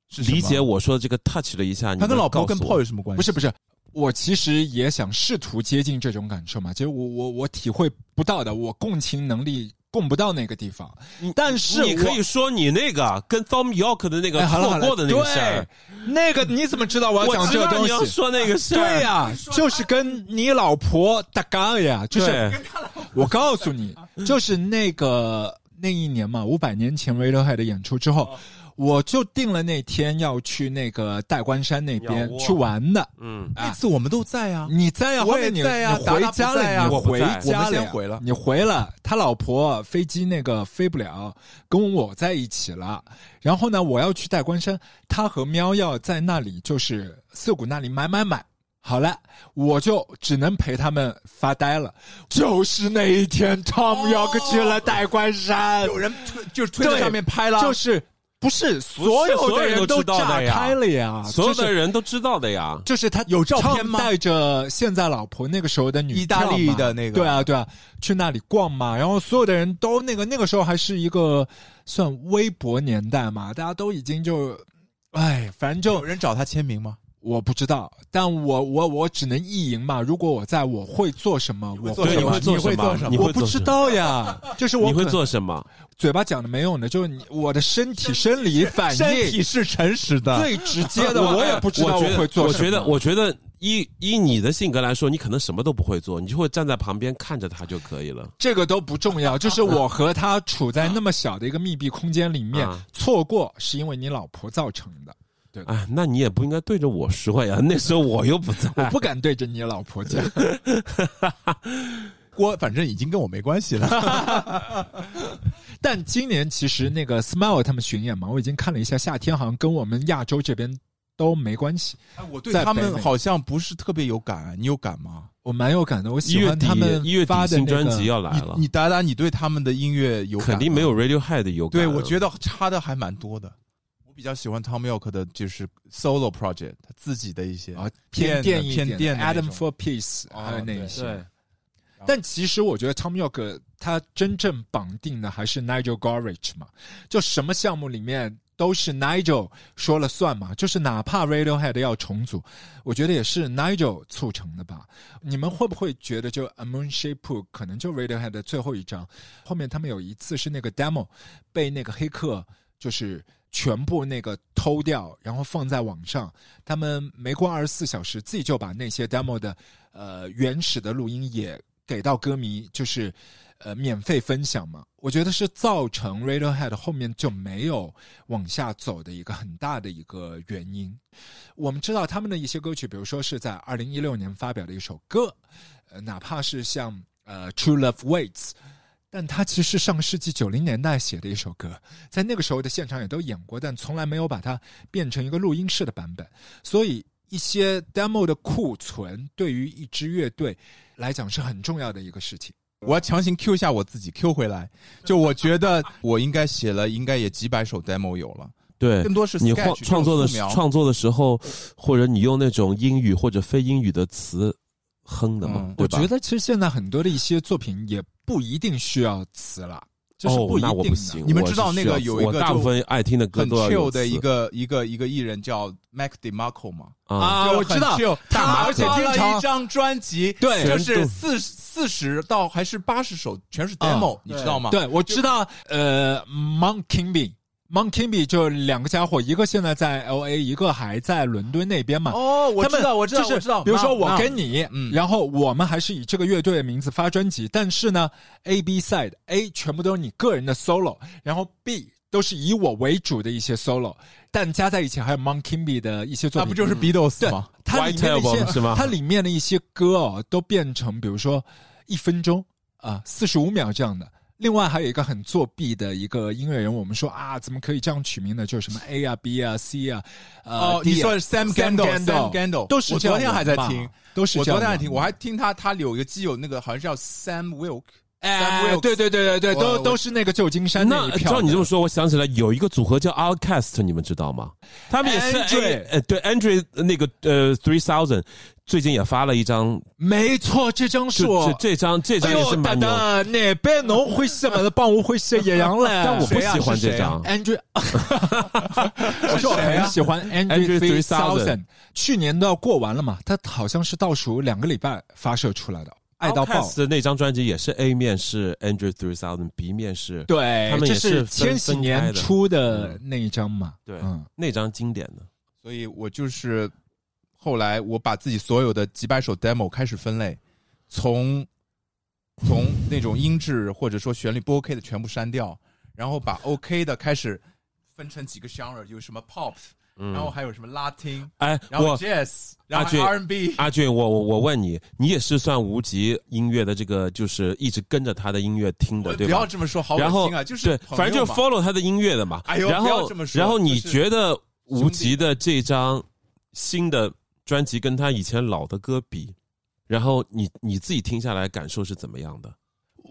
D: 是什么
E: 理解我说的这个 touch 了一下，你
D: 他跟
E: 能
D: 老婆
E: 告
D: 跟
E: 诉
D: Paul
E: 我
D: 有什么关系？
A: 不是不是，我其实也想试图接近这种感受嘛，其实我我我体会不到的，我共情能力共不到那个地方
E: 你，
A: 但是
E: 你可
A: 我
E: 以说你那个跟 Thom York 的那个
A: 哎好了
E: 错
A: 好了
E: 过的那个事儿，
A: 对那个你怎么知道我要
E: 我
A: 讲
E: 知
A: 这个
E: 道
A: 东
E: 你要
A: 西？
E: 说那个事儿，
A: 对呀、就是跟你老婆搭嘎呀，就是
E: 对
A: 我告诉你，就是那个那一年嘛，五百年前 Radiohead 的演出之后，
D: 哦
A: 我就定了那天要去那个代官山那边
E: 鸟窝
A: 去玩的。
E: 嗯，
D: 那次我们都在啊，
A: 你在呀、
D: 我
A: 后
D: 也
A: 面你
D: 在呀
A: 你
D: 达
A: 回
D: 达不
A: 家了
D: 在
A: 呀，
D: 呀
A: 你
D: 我不
A: 回
D: 在啊我
A: 家了
D: 们先
A: 呀
D: 回了
A: 你回了，他老婆飞机那个飞不了，跟我在一起了。然后呢，我要去代官山，他和喵要在那里就是涩谷那里买买买。好了，我就只能陪他们发呆了。就是那一天，Tom 要去了代官山，
D: 有人推就是推在
A: 对
D: 上面拍了，
A: 就是不是所有
E: 所有
A: 的
E: 人
A: 人
E: 都
A: 都
E: 知道
A: 炸
E: 的呀
A: 开了呀，
E: 所有
A: 啊就是
E: 的人都知道的呀。
A: 就是他有
D: 照片吗
A: 带着现在老婆那个时候的女
D: 意大利
A: 票嘛
D: 的那个
A: 对啊对啊，去那里逛嘛，然后所有的人都那个那个时候还是一个算微博年代嘛，大家都已经就，哎，反正
D: 有
A: 就
D: 人找他签名吗？
A: 我不知道，但我我我只能意淫嘛。如果我在，我会做什么？我
D: 做
A: 会
E: 对，
D: 什么
E: 你会做
D: 你会
E: 什
D: 做
E: 么
D: 什么？
E: 你
A: 我
E: 会
A: 不
E: 做
A: 知
E: 什么？
A: 道呀，就是我
E: 你会
A: 可
E: 做什么？
A: 嘴巴讲的没用的，就是你我的身体生理反应
D: 身体是诚实的，
A: 最直接的，我也不知道
E: 我觉得
A: 会做
E: 我
A: 什么。
E: 觉得，我觉得依依你的性格来说，你可能什么都不会做，你就会站在旁边看着他就可以了。
A: 这个都不重要，
E: 啊
A: 就是我和他处在那么小的一个密闭空间里面
E: 啊，
A: 错过是因为你老婆造成的。
E: 哎，那你也不应该对着我说呀， 那时候我又不在。
A: 我不敢对着你老婆 讲，
D: 锅反正已经跟我没关系了。
A: 但今年其实那个 Smile 他们巡演嘛，我已经看了一下，夏天好像跟我们亚洲这边都没关系。
D: 我 对
A: 在
D: 他
A: 北
D: 们
A: 美
D: 好像不是特别有感，你有感吗？
A: 我蛮有感的，我
E: 一
A: 喜
E: 月
A: 欢
E: 底
A: 他们，
E: 一月底
A: 发的
E: 新
A: 那
E: 专
A: 个
E: 辑要来了
D: 你，你达达，你对他们的音乐有感吗
E: 肯定没有 Radiohead 的有感
D: 对，
E: 啊。
D: 我觉得差的还蛮多的。我比较喜欢 Tom York 的，就是 solo project，他自己的一些
A: 啊偏
D: 偏
A: 电一
D: 偏
A: 点的
D: 电的那
A: Adam
D: 种
A: for Peace
D: 哦
A: 还有那一些
E: 对。
A: 但其实我觉得 Tom York 他真正绑定的还是 Nigel Gorrich 嘛，就什么项目里面都是 Nigel 说了算嘛，就是哪怕 Radiohead 要重组，我觉得也是 Nigel 促成的吧。你们会不会觉得就 A Moon Shape Book 可能就 Radiohead 的最后一张，后面他们有一次是那个 demo 被那个黑客就是全部那个偷掉，然后放在网上，他们没过二十四小时自己就把那些 demo 的呃原始的录音也给到歌迷，就是呃免费分享嘛。我觉得是造成 Radiohead 后面就没有往下走的一个很大的一个原因。我们知道他们的一些歌曲，比如说是在二零一六年发表的一首歌，呃，哪怕是像呃《True Love Waits》，但它其实是上个世纪九零年代写的一首歌，在那个时候的现场也都演过，但从来没有把它变成一个录音室的版本。所以，一些 demo 的库存对于一支乐队来讲是很重要的一个事情。
D: 我要强行 Q 一下我自己，Q 回来。就我觉得我应该写了，应该也几百首 demo 有 了，
E: 对，
D: 更多是
E: 你
D: sketch
E: 创
D: 这
E: 创作的
D: 种素
E: 时
D: 描
E: 创作的时候，或者你用那种英语或者非英语的词哼的嘛，
D: 嗯
E: 对
A: 我
E: 吧？
A: 觉得其实现在很多的一些作品也不一定需要词了，就是不一定的。
E: 哦、那我不行。
D: 你们
E: 我
D: 知道
E: 是
D: 那
E: 需
D: 个
E: 要
D: 有
E: 词
D: 一
E: 我
D: 个
E: 大部
D: 就
E: 分爱听的歌
D: 很
E: 都要
D: chill
E: 有
D: 的
E: 词
D: 一个一个一个艺人叫 Mac DeMarco 嘛，
E: 啊，
A: 啊
D: 就
A: 我
D: 很
A: 知道
D: chill，
A: 大
D: 他
A: 麻
D: 而且
A: 瓜
D: 发了
A: 经常
D: 一张专辑，
A: 对
D: 就是
E: 全都
D: 四四十到还是八十首，全是 demo，、你知道吗？
A: 对，我知道，呃，Monk Kimby。Monk Kimby 就两个家伙，一个现在在 L A，一个还在伦敦那边嘛。
D: 哦，我
A: 他们
D: 知道，我知道，
A: 就是
D: 我知道。
A: 比如说
D: 那
A: 我跟你，
D: 嗯
A: 然后我们还是以这个乐队的名字发专辑，但是呢，A B side A 全部都是你个人的 solo，然后 B 都是以我为主的一些 solo，但加在一起还有 Monk Kimby 的一些作
D: 那
A: 品，
D: 不就是 Beatles
A: 对
D: 吗？
A: 它里面的一
E: White
A: 些
E: Album 是吗
A: 它里面的一些歌哦，都变成比如说一分钟啊，四十五秒这样的。另外还有一个很作弊的一个音乐人，我们说啊，怎么可以这样取名呢？就是什么 A 啊、B 啊、C 啊，呃
D: 哦，
A: D 啊
D: 你说 Sam Gandel，Sam Gandel，
A: 都是
D: 我
A: 这样
D: 昨天
A: 的
D: 还在
A: 嘛
D: 听，
A: 都是
D: 我
A: 这样
D: 昨天还
A: 的
D: 听，我还听他，他有一个基友，那个好像叫 Sam Wilk，Sam
A: 哎，
D: Wilkes
A: 对对对对对，
D: 我
A: 都
D: 我
A: 都是那个旧金山
E: 那
A: 一票的。
E: 照你这么说，我想起来有一个组合叫 Outcast，你们知道吗？他们也是
A: Andre
E: 呃，对 Andre 那个呃 Three Thousand，最近也发了一张，
A: 没错，这张是
E: 就
A: 我
E: 这这张这张也是蛮牛的，
A: 哎呦，大大，那边侬会什么的，帮我会写野羊嘞。
E: 但我不
D: 谁啊
E: 喜欢
D: 是谁
E: 这
D: 啊
E: 张。
A: Andrew，我 说我
D: 谁啊
A: 很喜欢 Andrew
E: Andrew
A: Three Thousand
E: Thousand。
A: 去年都要过完了嘛，他好像是倒数两个礼拜发射出来的，爱到爆
E: Outkast。的那张专辑也是 A 面是 Andrew Three Thousand，B 面是
A: 对，
E: 他们
A: 这
E: 也是分嗯
A: 千禧年出的那一张嘛。
E: 对
A: 嗯，
E: 那张经典的。
D: 所以我就是后来我把自己所有的几百首 demo 开始分类，从从那种音质或者说旋律不 OK 的全部删掉，然后把 OK 的开始分成几个 genre，有什么 pop，然后还有什么拉丁，
E: 哎，
D: 然后
E: 嗯我
D: jazz，然后还
E: 阿俊
D: R&B，
E: 阿俊，我我我问你，你也是算无极音乐的这个，就是一直跟着他的音乐听
D: 我
E: 的，
D: 不
E: 对
D: 要
E: 吧？
D: 这么说，好
E: 然
D: 恶
E: 后
D: 心啊！就是
E: 对，
D: 朋
E: 反正就
D: 友
E: 是
D: 嘛
E: follow 他的音乐的嘛。
D: 哎呦
E: 然
D: 不要
E: 后
D: 这么说
E: 然后你
D: 就是
E: 觉得无极的这张新的专辑跟他以前老的歌比，然后你你自己听下来感受是怎么样的？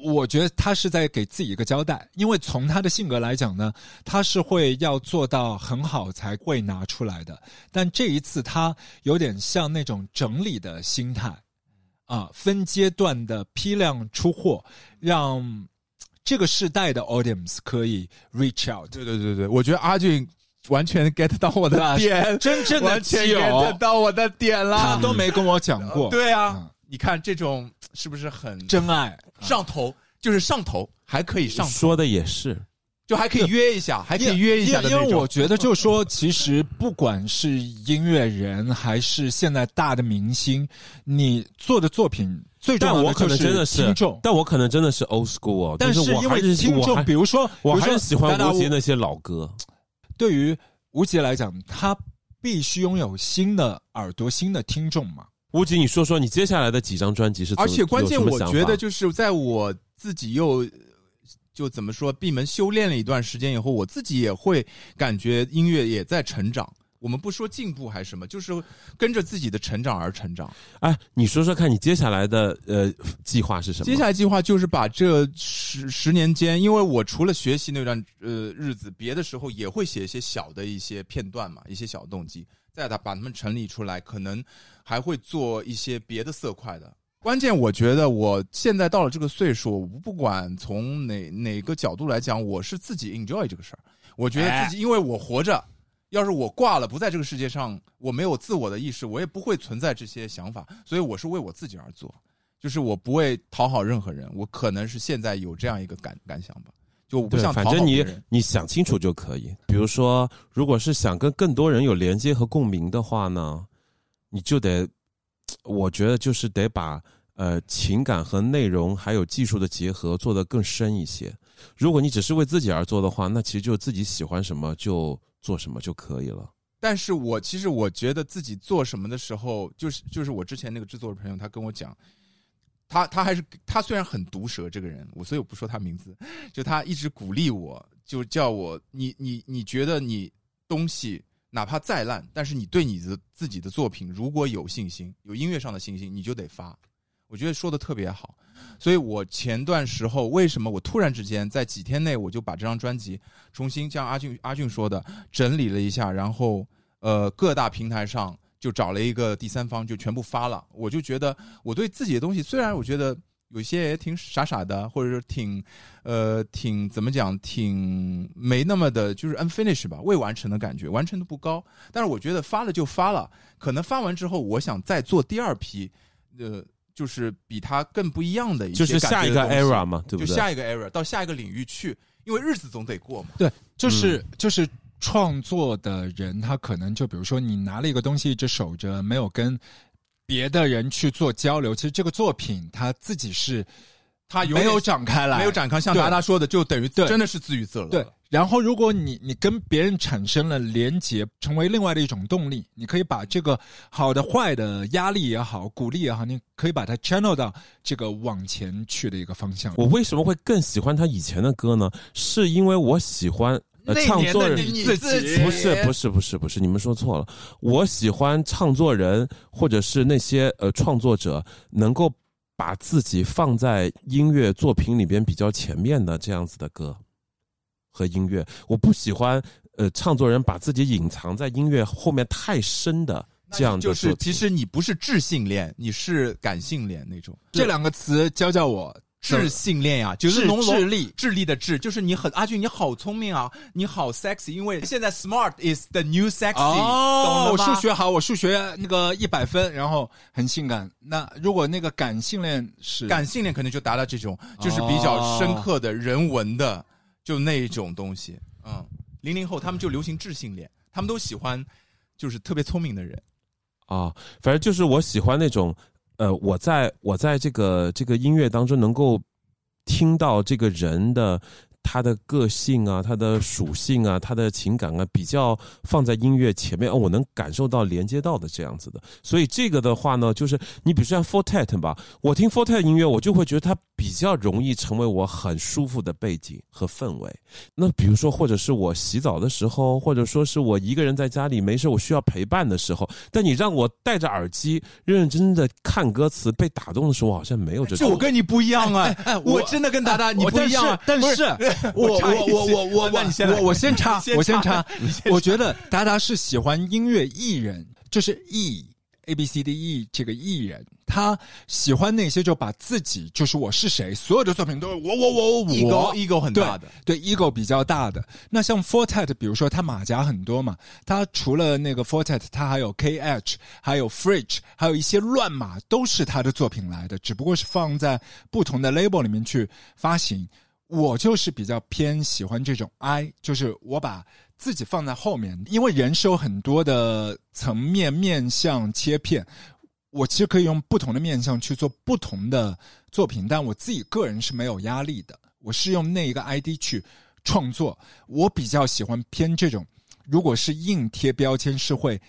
A: 我觉得他是在给自己一个交代，因为从他的性格来讲呢，他是会要做到很好才会拿出来的。但这一次他有点像那种整理的心态，啊，分阶段的批量出货，让这个世代的 audience 可以 reach out，
D: 对对对对，我觉得阿俊完全 get 到我
A: 对吧
D: 的点，
A: 真正的
D: 完全
A: 基
D: get
A: 友，
D: 到我的点了。
A: 他都没跟我讲过，
D: 对
A: 嗯
D: 啊，你看这种是不是很
A: 真爱。
D: 上头？就是上头，还可以上头，
E: 说的也是，
D: 就还可以约一下，还可以
A: 因
D: 约一下的
A: 因为
D: 那
A: 因为我
D: 种。
A: 觉得，就是说，其实不管是音乐人还是现在大的明星，你做的作品最重
E: 但
A: 要
E: 我可
A: 就
E: 能真的是
A: 听众。
E: 但我可能真的是 old school 哦。
A: 但
E: 是我
A: 因
E: 还
A: 为
E: 是
A: 听
E: 我
A: 众，
E: 还
A: 比如说，
E: 我
A: 比如
E: 还
A: 说
E: 是喜欢
A: 达达
E: 无极
A: 乌
E: 那些老歌。
A: 对于无极来讲，他必须拥有新的耳朵、新的听众嘛。
E: 无极，你说说你接下来的几张专辑是怎
D: 而
E: 么？
D: 且关键，
E: 有什
D: 我
E: 么想法
D: 觉得就是在我自己又呃就怎么说闭门修炼了一段时间以后，我自己也会感觉音乐也在成长。我们不说进步还是什么，就是跟着自己的成长而成长。
E: 哎，你说说看你接下来的呃计划是什么？
D: 接下来计划就是把这十十年间，因为我除了学习那段呃日子，别的时候也会写一些小的一些片段嘛，一些小动机，再把它把它们整理出来，可能还会做一些别的色块的。关键我觉得我现在到了这个岁数，我不管从哪哪个角度来讲，我是自己 enjoy 这个事儿。我觉
E: 哎
D: 得自己，因为我活着，要是我挂了不在这个世界上，我没有自我的意识，我也不会存在这些想法，所以我是为我自己而做，就是我不会讨好任何人。我可能是现在有这样一个感感想吧，就我不
E: 对
D: 想，讨
E: 反
D: 好
E: 正
D: 别
E: 你
D: 人。
E: 你想清楚就可以。比如说，如果是想跟更多人有连接和共鸣的话呢，你就得，我觉得就是得把呃情感和内容还有技术的结合做得更深一些。如果你只是为自己而做的话，那其实就自己喜欢什么就做什么就可以了。
D: 但是我其实我觉得自己做什么的时候，就是就是我之前那个制作的朋友，他跟我讲，他他还是他虽然很毒舌这个人，我所以我不说他名字，就他一直鼓励我，就叫我你你你觉得你东西哪怕再烂，但是你对你的自己的作品如果有信心，有音乐上的信心，你就得发。我觉得说的特别好，所以我前段时候为什么我突然之间在几天内我就把这张专辑重新像阿俊阿俊说的整理了一下，然后呃各大平台上就找了一个第三方就全部发了。我就觉得我对自己的东西，虽然我觉得有些也挺傻傻的，或者是挺呃挺怎么讲，挺没那么的，就是 unfinished 吧，未完成的感觉，完成度不高。但是我觉得发了就发了，可能发完之后，我想再做第二批，呃。就是比它更不一样的一些
E: 就是
D: 感觉
E: 下一
D: 的
E: 个
D: 东西
E: era 嘛，对不
D: 就
E: 对？
D: 下一个 era 到下一个领域去，因为日子总得过嘛。
A: 对，就是、就是创作的人，他可能就比如说你拿了一个东西一直守着，没有跟别的人去做交流，其实这个作品他自己是
D: 他永
A: 没
D: 远
A: 有展开来，
D: 没有展开，像
A: 对
D: 达达说的，就等于
A: 对
D: 真的是自娱自乐。
A: 对，然后如果你你跟别人产生了连结，成为另外的一种动力，你可以把这个好的、坏的压力也好、鼓励也好，你可以把它 channel 到这个往前去的一个方向。
E: 我为什么会更喜欢他以前的歌呢？是因为我喜欢呃
D: 那
E: 唱
D: 年
E: 作
D: 的
E: 人
D: 你
A: 自
D: 自
A: 己
E: 不是不是不是不是，你们说错了。我喜欢唱作人或者是那些呃创作者能够把自己放在音乐作品里边比较前面的这样子的歌和音乐。我不喜欢呃唱作人把自己隐藏在音乐后面太深的
D: 那
E: 这样的
D: 就
E: 作
D: 是
E: 品。
D: 其实你不是智性恋，你是感性恋那种。
A: 这两个词教教我，
D: 智性恋呀、就
A: 智
D: 是浓
A: 智
D: 浓
A: 力。
D: 智力的智，就是你很阿俊，你好聪明啊，你好 sexy，因为现在 smart is the new sexy，、
A: 哦，我
D: 懂了
A: 数
D: 吗？
A: 学好，我数学那个一百分，然后很性感。那如果那个感性恋是
D: 感性恋可能就达到这种，就是比较深刻的人文
A: 哦
D: 的，就那一种东西。嗯，零零后他们就流行智性恋，他们都喜欢就是特别聪明的人。
E: 啊，反正就是我喜欢那种，呃，我在我在这个这个音乐当中能够听到这个人的他的个性啊，他的属性啊，他的情感啊，比较放在音乐前面，哦，我能感受到连接到的这样子的。所以这个的话呢，就是你比如像 Fortet 吧，我听 Fortet 音乐，我就会觉得它比较容易成为我很舒服的背景和氛围。那比如说，或者是我洗澡的时候，或者说是我一个人在家里没事，我需要陪伴的时候，但你让我戴着耳机认认真真的看歌词，被打动的时候，我好像没有这
D: 这
E: 种。
D: 我跟你不一样啊！
A: 哎我哎
D: 我真的跟达达你
A: 我
D: 不一样啊！
A: 但
D: 不
A: 是，但是我我
D: 插一句
A: 我我我
D: 那你先来
A: 我我先插
D: 你，先
A: 我先
D: 插
A: 插
D: 你先。插
A: 我觉得达达是喜欢音乐艺人，就是 E A B C D E 这个艺人，他喜欢那些就把自己就是我是谁，所有的作品都是我我我我我
D: ego ego 很大的，
A: 对对 ego 比较大的。那像 Fortet，比如说他马甲很多嘛，他除了那个 Fortet，他还有 KH，还有 Fridge，还有一些乱码都是他的作品来的，只不过是放在不同的 label 里面去发行。我就是比较偏喜欢这种 I，就是我把自己放在后面，因为人是有很多的层面面向切片，我其实可以用不同的面向去做不同的作品，但我自己个人是没有压力的。我是用那一个 ID 去创作，我比较喜欢偏这种，如果是硬贴标签是会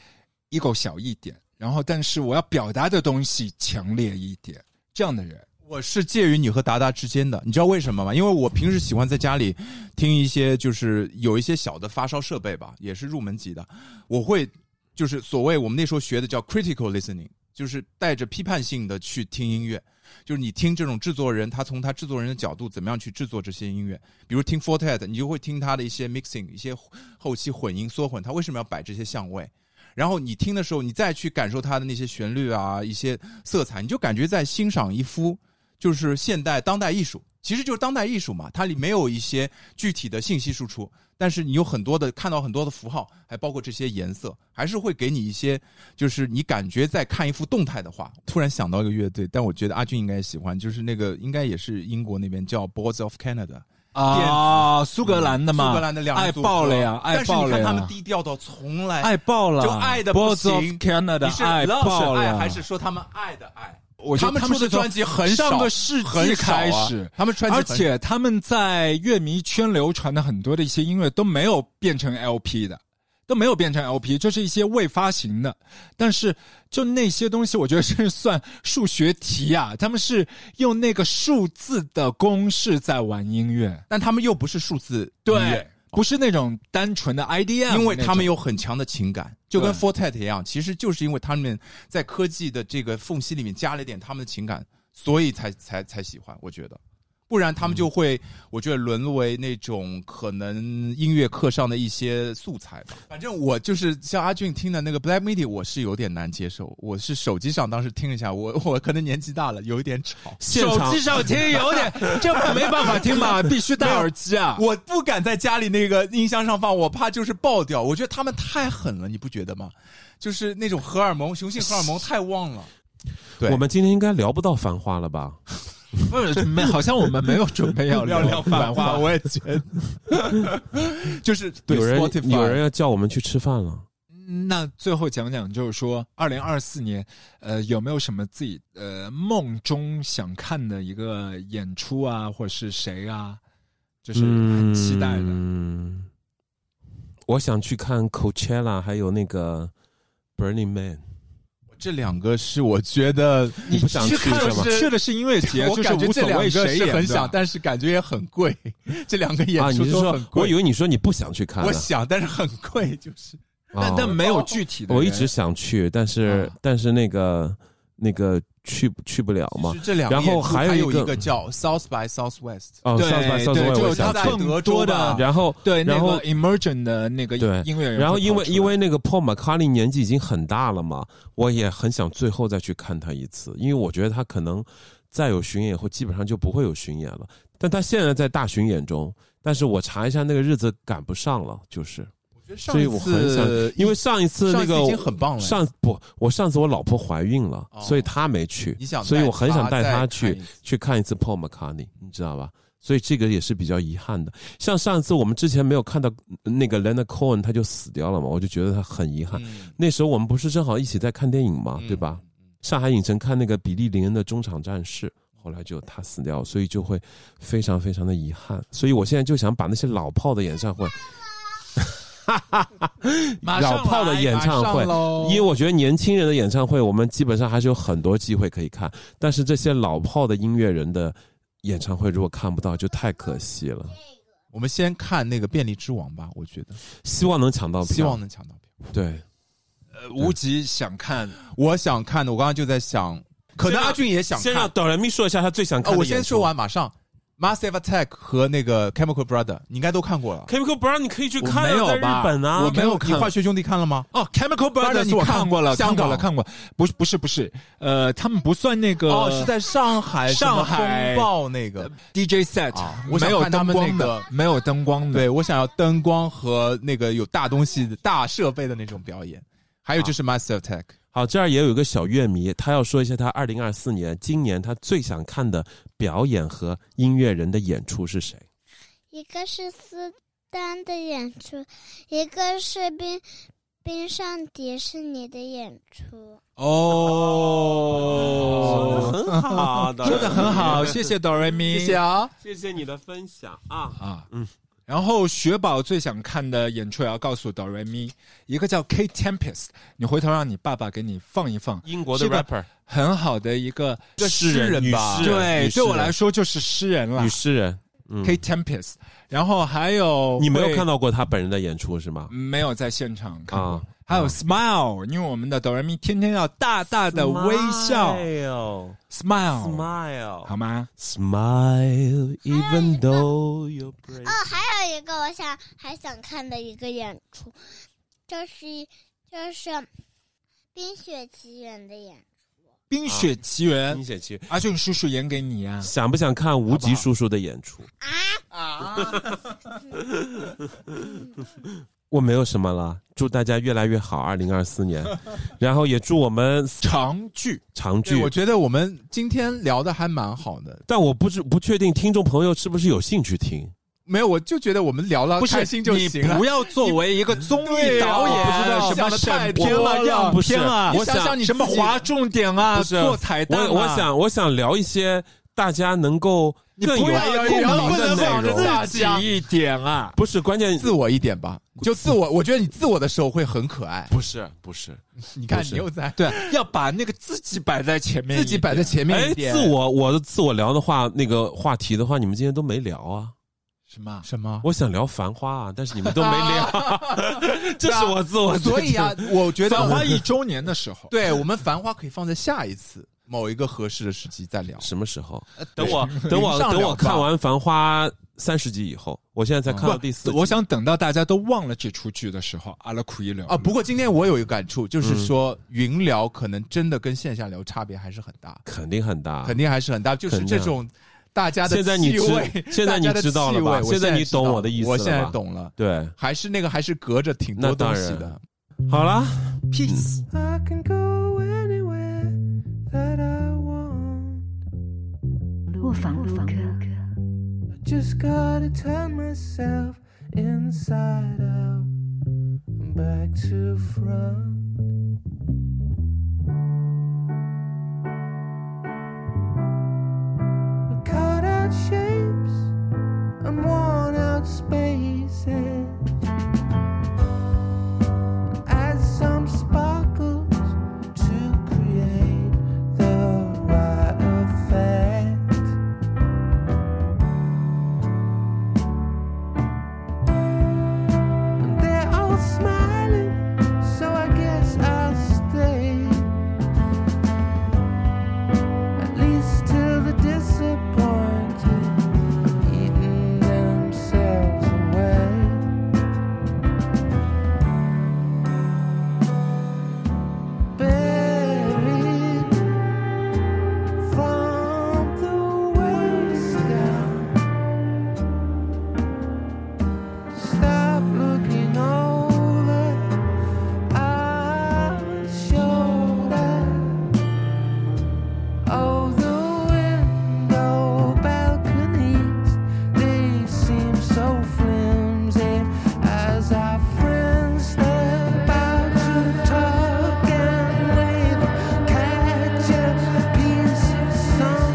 A: ego 小一点，然后但是我要表达的东西强烈一点，这样的人。
D: 我是介于你和达达之间的，你知道为什么吗？因为我平时喜欢在家里听一些，就是有一些小的发烧设备吧，也是入门级的。我会就是所谓我们那时候学的叫 critical listening，就是带着批判性的去听音乐。就是你听这种制作人，他从他制作人的角度怎么样去制作这些音乐，比如听 Fortet，你就会听他的一些 mixing、一些后期混音、缩混，他为什么要摆这些相位？然后你听的时候，你再去感受它的那些旋律啊，一些色彩，你就感觉在欣赏一幅就是现代当代艺术，其实就是当代艺术嘛，它里没有一些具体的信息输出，但是你有很多的看到很多的符号，还包括这些颜色，还是会给你一些就是你感觉在看一幅动态的画。突然想到一个乐队，但我觉得阿俊应该喜欢，就是那个应该也是英国那边叫 Boys of Canada。
A: 啊，苏格兰的嘛，
D: 苏格兰的两
A: 爱
D: 人组合
A: 爆了呀，爱
D: 但是
A: 爆
D: 你
A: 了
D: 看
A: 呀，
D: 他们低调到从来
A: 爱爆了，
D: 就爱的不
A: Boys of
D: 行。你
A: Canada
D: 是
A: 爱
D: love
A: 爆
D: 是爱
A: 了，
D: 还是说他们爱的爱？
A: 我觉得
D: 们出的
A: 是从
D: 专辑很少，
A: 上个世纪
D: 很少啊
A: 开始，
D: 他们专辑
A: 而
D: 很
A: 且他们在乐迷圈流传的很多的一些音乐都没有变成 LP 的，都没有变成 LP，这是一些未发行的。但是就那些东西，我觉得是算数学题啊， 他们是用那个数字的公式在玩音乐，
D: 但他们又不是数字音
A: 对
D: 乐，，
A: 不是那种单纯的 IDM，
D: 因为他们
A: 有
D: 有很强的情感，就跟
A: 对
D: Fortet 一样，其实就是因为他们在科技的这个缝隙里面加了一点他们的情感，所以才才才喜欢。我觉得，不然他们就会，我觉得沦为那种可能音乐课上的一些素材吧。反正我就是像阿俊听的那个 Black Midi，我是有点难接受。我是手机上当时听了一下，我 我可能年纪大了，有一点吵。
E: 现
A: 手
E: 场
A: 机上听有点，这 没办法听吧，必须戴耳机啊。
D: 我不敢在家里那个音箱上放，我怕就是爆掉。我觉得他们太狠了，你不觉得吗？就是那种荷尔蒙，雄性荷尔蒙太旺了。对
E: 我们今天应该聊不到繁花了吧？
A: 不是，没，好像我们没有准备 要聊
D: 反
A: 话。呃
D: 我也觉得，就是对
E: 有人
D: Spotify
E: 有人要叫我们去吃饭了。
A: 那最后讲讲，就是说，二零二四年，呃，有没有什么自己呃梦中想看的一个演出啊，或者是谁啊，就是很期待的。
E: 嗯，我想去看 Coachella，还有那个 Burning Man。
D: 这两个是我觉得
E: 你不想
A: 去
E: 去
A: 看
E: 是
A: 的
E: 吗？
A: 是去的是音乐节，
D: 我
A: 就是
D: 感觉
A: 无
D: 这
A: 所
D: 两
A: 谓
D: 个
A: 谁
D: 是
A: 演
D: 很
A: 的
D: 想，但是感觉也很贵。 这两个演
E: 啊，你
D: 出
E: 是
D: 都
E: 说
D: 很，贵。
E: 我以啊为你说你不想去看
D: 我
E: 了。
D: 想，但是很贵，就是
A: 但
E: 哦
A: 但没有具体的人。
E: 我一直想去，但
D: 啊
E: 是、但是那个那个去去不了嘛
D: 是。这两个
E: 然后
D: 演出
E: 还有
D: 还
E: 一
D: 有
E: 个
D: 一个叫 South by Southwest。
E: 哦，
A: 对
E: 上班上班
A: 对，就
E: 我
A: 是
E: 也
A: 他
E: 想
D: 在
E: 去。
A: 更多的
D: 德州
E: 啊然后
A: 对，
E: 然后
A: 那个 emergent 的那个
E: 对
A: 音乐人会跑出来，
E: 然后因为因为那个 Paul McCartney 年纪已经很大了嘛，我也很想最后再去看他一次，因为我觉得他可能再有巡演以后，基本上就不会有巡演了。但他现在在大巡演中，但是我查一下那个日子赶不上了，就是，所以我很想，因为上一次
D: 上
E: 那
D: 一次
E: 个
D: 已经很棒了
E: 上不，我上次我老婆怀孕了，
D: 哦
E: 所以她没去，
D: 你想带
E: 哦所以我很想带
D: 她
E: 她
D: 再
E: 去
D: 看一次
E: 去看一次 Paul McCartney，你知道吧？所以这个也是比较遗憾的。像上次我们之前没有看到呃那个 Leonard Cohen，他就死掉了嘛，我就觉得他很遗憾。
D: 嗯
E: 那时候我们不是正好一起在看电影嘛，
D: 嗯
E: 对吧？上海影城看那个比利林恩的中场战事，后来就他死掉，所以就会非常非常的遗憾。所以我现在就想把那些老炮的演唱会，
A: 马上
E: 老炮的演唱会
A: 来马上喽，
D: 哦
E: 因为我觉得年轻人的演唱会，我们基本上还是有很多机会可以看，但是这些老炮的音乐人的演唱会如果看不到，就太可惜了。
D: 我们先看那个《便利之王》吧，我觉得
E: 希望能抢到票，
D: 希望能抢到票。
E: 对。
A: 呃无极想看
D: 我想看的，我刚刚就在想，可能阿俊也想
E: 先
D: 看。
E: 让哆来咪说一下他最想看
D: 哦，
E: 的、
D: 我先说。完，马上。Massive Attack 和那个 Chemical Brother，你应该都看过了。
E: Chemical Brown，你可以去
A: 我
E: 看啊，
A: 没有
E: 在
A: 吧
E: 日本啊，
A: 我没有
D: 你
A: 看
D: 化学兄弟看了吗？
A: 哦，Chemical
D: 当
A: Brothers
D: 然你
A: 我
D: 看
A: 看过了，
D: 香
A: 看过
D: 港
A: 了，看过，不是不是不是，呃，他们不算那个，
D: 哦，是在上海，
A: 上海
D: 什么风暴那
E: 呃
D: 个。
A: DJ set，、
D: 啊我想
A: 没有
D: 看他
A: 灯
D: 们
A: 光
D: 那
A: 的，
D: 个
A: 没有灯
E: 嗯
A: 光的，
D: 对，我想要灯光和那个有大东西的、大设备的那种表演，还有就是 Massive Attack。
E: 好，这儿也有一个小乐迷，他要说一下他二零二四年今年他最想看的表演和音乐人的演出是谁？
B: 一个是斯丹的演出，一个是冰冰上迪士尼的演出。
A: 哦，
E: 很好的，
A: 说的很好，谢谢哆瑞咪，
D: 谢谢啊，
E: 谢谢你的分享啊！
A: 啊，嗯
E: 嗯。
A: 然后雪宝最想看的演出也要告诉哆瑞咪，一个叫 K Tempest，你回头让你爸爸给你放一放，
E: 英国的
A: 是个
E: rapper
A: 很好的一个
E: 诗人
A: 诗
E: 女
A: 吧，
E: 诗人
A: 对，
E: 女诗
A: 对
E: 人
A: 我来说就是诗人了
E: 女诗人，嗯
A: ，K Tempest。然后还有
E: 你没有
A: 会
E: 看到过他本人的演出是吗？
A: 没有在现场看过。
E: 啊
A: 还有 smile，、因为我们的哆来咪天天要大大的微笑 smile
E: smile，smile，smile，even
A: 好哎吗？
E: though you're
B: 哦
E: brave。
B: 还有一个我想还想看的一个演出，这是就是《冰雪奇缘》的演
A: 《
B: 出。
A: 冰雪奇缘
E: 冰》雪奇缘
A: 阿俊叔叔演给你啊，
E: 想不想看无极叔叔的演出？ 我没有什么了，祝大家越来越好，二零二四年，然后也祝我们
A: 长剧。
E: 长
D: 对，
E: 剧
D: 我。觉得我们今天聊的还蛮好的，
E: 但我不知不确定听众朋友是不是有兴趣听，
D: 没有，我就觉得我们聊了
E: 啊
A: 不
D: 开
A: 是
D: 心就
A: 你
D: 行了
A: 不。要作为一个综艺导演，
D: 对啊
A: 什么
D: 想得太
A: 审
D: 多
A: 片
D: 了
A: 了、让
E: 不是
A: 片啊，
E: 我想
D: 想想你
A: 什么
D: 自己
A: 划重点啊，
E: 不是
A: 做彩蛋、啊
E: 我我，想我想聊一些大家能够
A: 你
E: 更有
A: 不要
D: 有
A: 共
D: 有
A: 鸣
D: 有
A: 的内
D: 有有
A: 容，自己一点啊。
E: 不是关键
D: 自我一点吧，就自我，我觉得你自我的时候会很可爱。
E: 不是不是
D: 你看
E: 不是
D: 你又在
A: 对，要把那个自己摆在前面一点，
D: 自己摆在前面
E: 哎
D: 一点，
E: 自我我的自我聊的话那个话题的话，你们今天都没聊啊。
A: 什么？
D: 什么？
E: 我想聊《繁花》啊，但是你们都没聊，这是我自我。
D: 所以啊，我觉得
A: 繁花一周年的时候，
D: 对我们繁花可以放在下一次某一个合适的时机再聊。
E: 什么时候？等我
D: 呃对
E: 等我
D: 上聊
E: 等我
D: 吧嗯
E: 看完《繁花》三十集以后，我现在才看到第四集。
A: 我想等到大家都忘了这出剧的时候，阿拉苦一聊
D: 啊，不过今天我有一个感触，就是说云聊可能真的跟线下聊差别还是很大，
E: 肯定很大，
D: 肯定还是很大，就是
E: 啊肯定啊
D: 这种大家的
E: 现在你
D: 气
E: 知
D: 味
E: 现在你
D: 大家的
E: 知道了吧
D: 气味我
E: 现在
D: 在
E: 你懂
D: 知道
E: 我的意思
D: 我
E: 了
D: 现在
E: 吧
D: 懂了，
E: 对。
D: 还是那个还是隔着挺
E: 那
D: 多
E: 当
D: 东西
E: 然
D: 的。
E: 好啦，
A: peace。
F: I can go anywhere that I want.
H: 卧房录歌，
F: I just gotta turn myself inside out, back to front. With Cut out shapes and worn out spaces. Add some sparkles to create the right effect. And they're all smiling, so I guess I'll stay. At least till the disappointed have eaten themselves away. Buried from the waist down. Stop looking over our shoulder. Oh, the window balconies, they seem so flimsy as our friends step out to talk and later catch a piece of sun.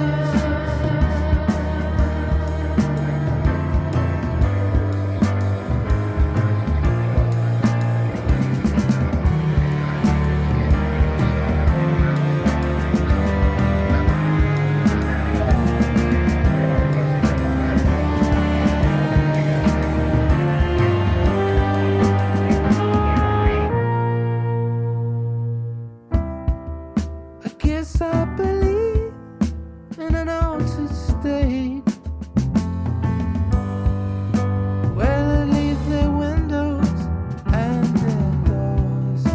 F: I guess I believe in an altered state. Where they leave their windows and their doors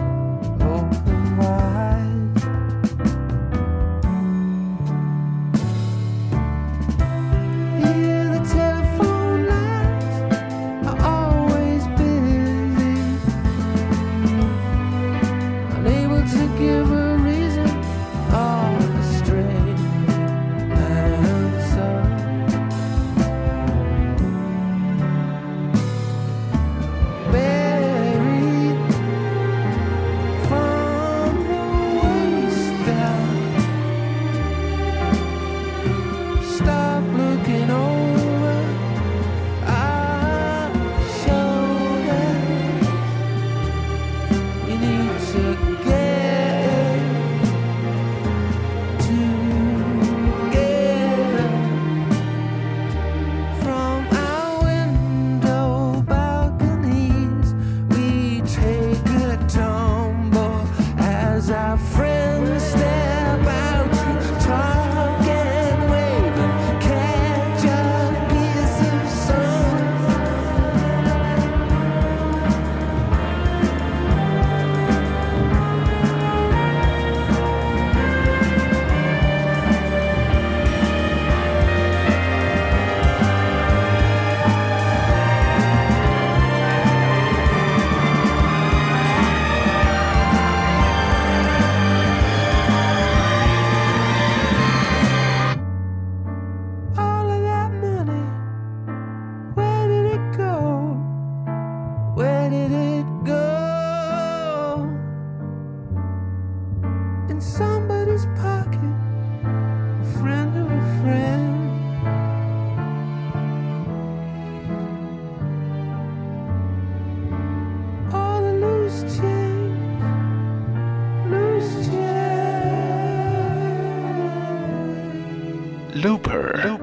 F: open wide. Hear the telephone lines are always busy unable to give a reason or a straight answer. Buried from the waist down. Stop looking over our shoulder. We need to get together from our window balconies. We take a tumble as our friends step out to talk and wave and catch a piece of sun. it go in somebody's pocket, a friend of a friend. All the loose change, loose change. Looper.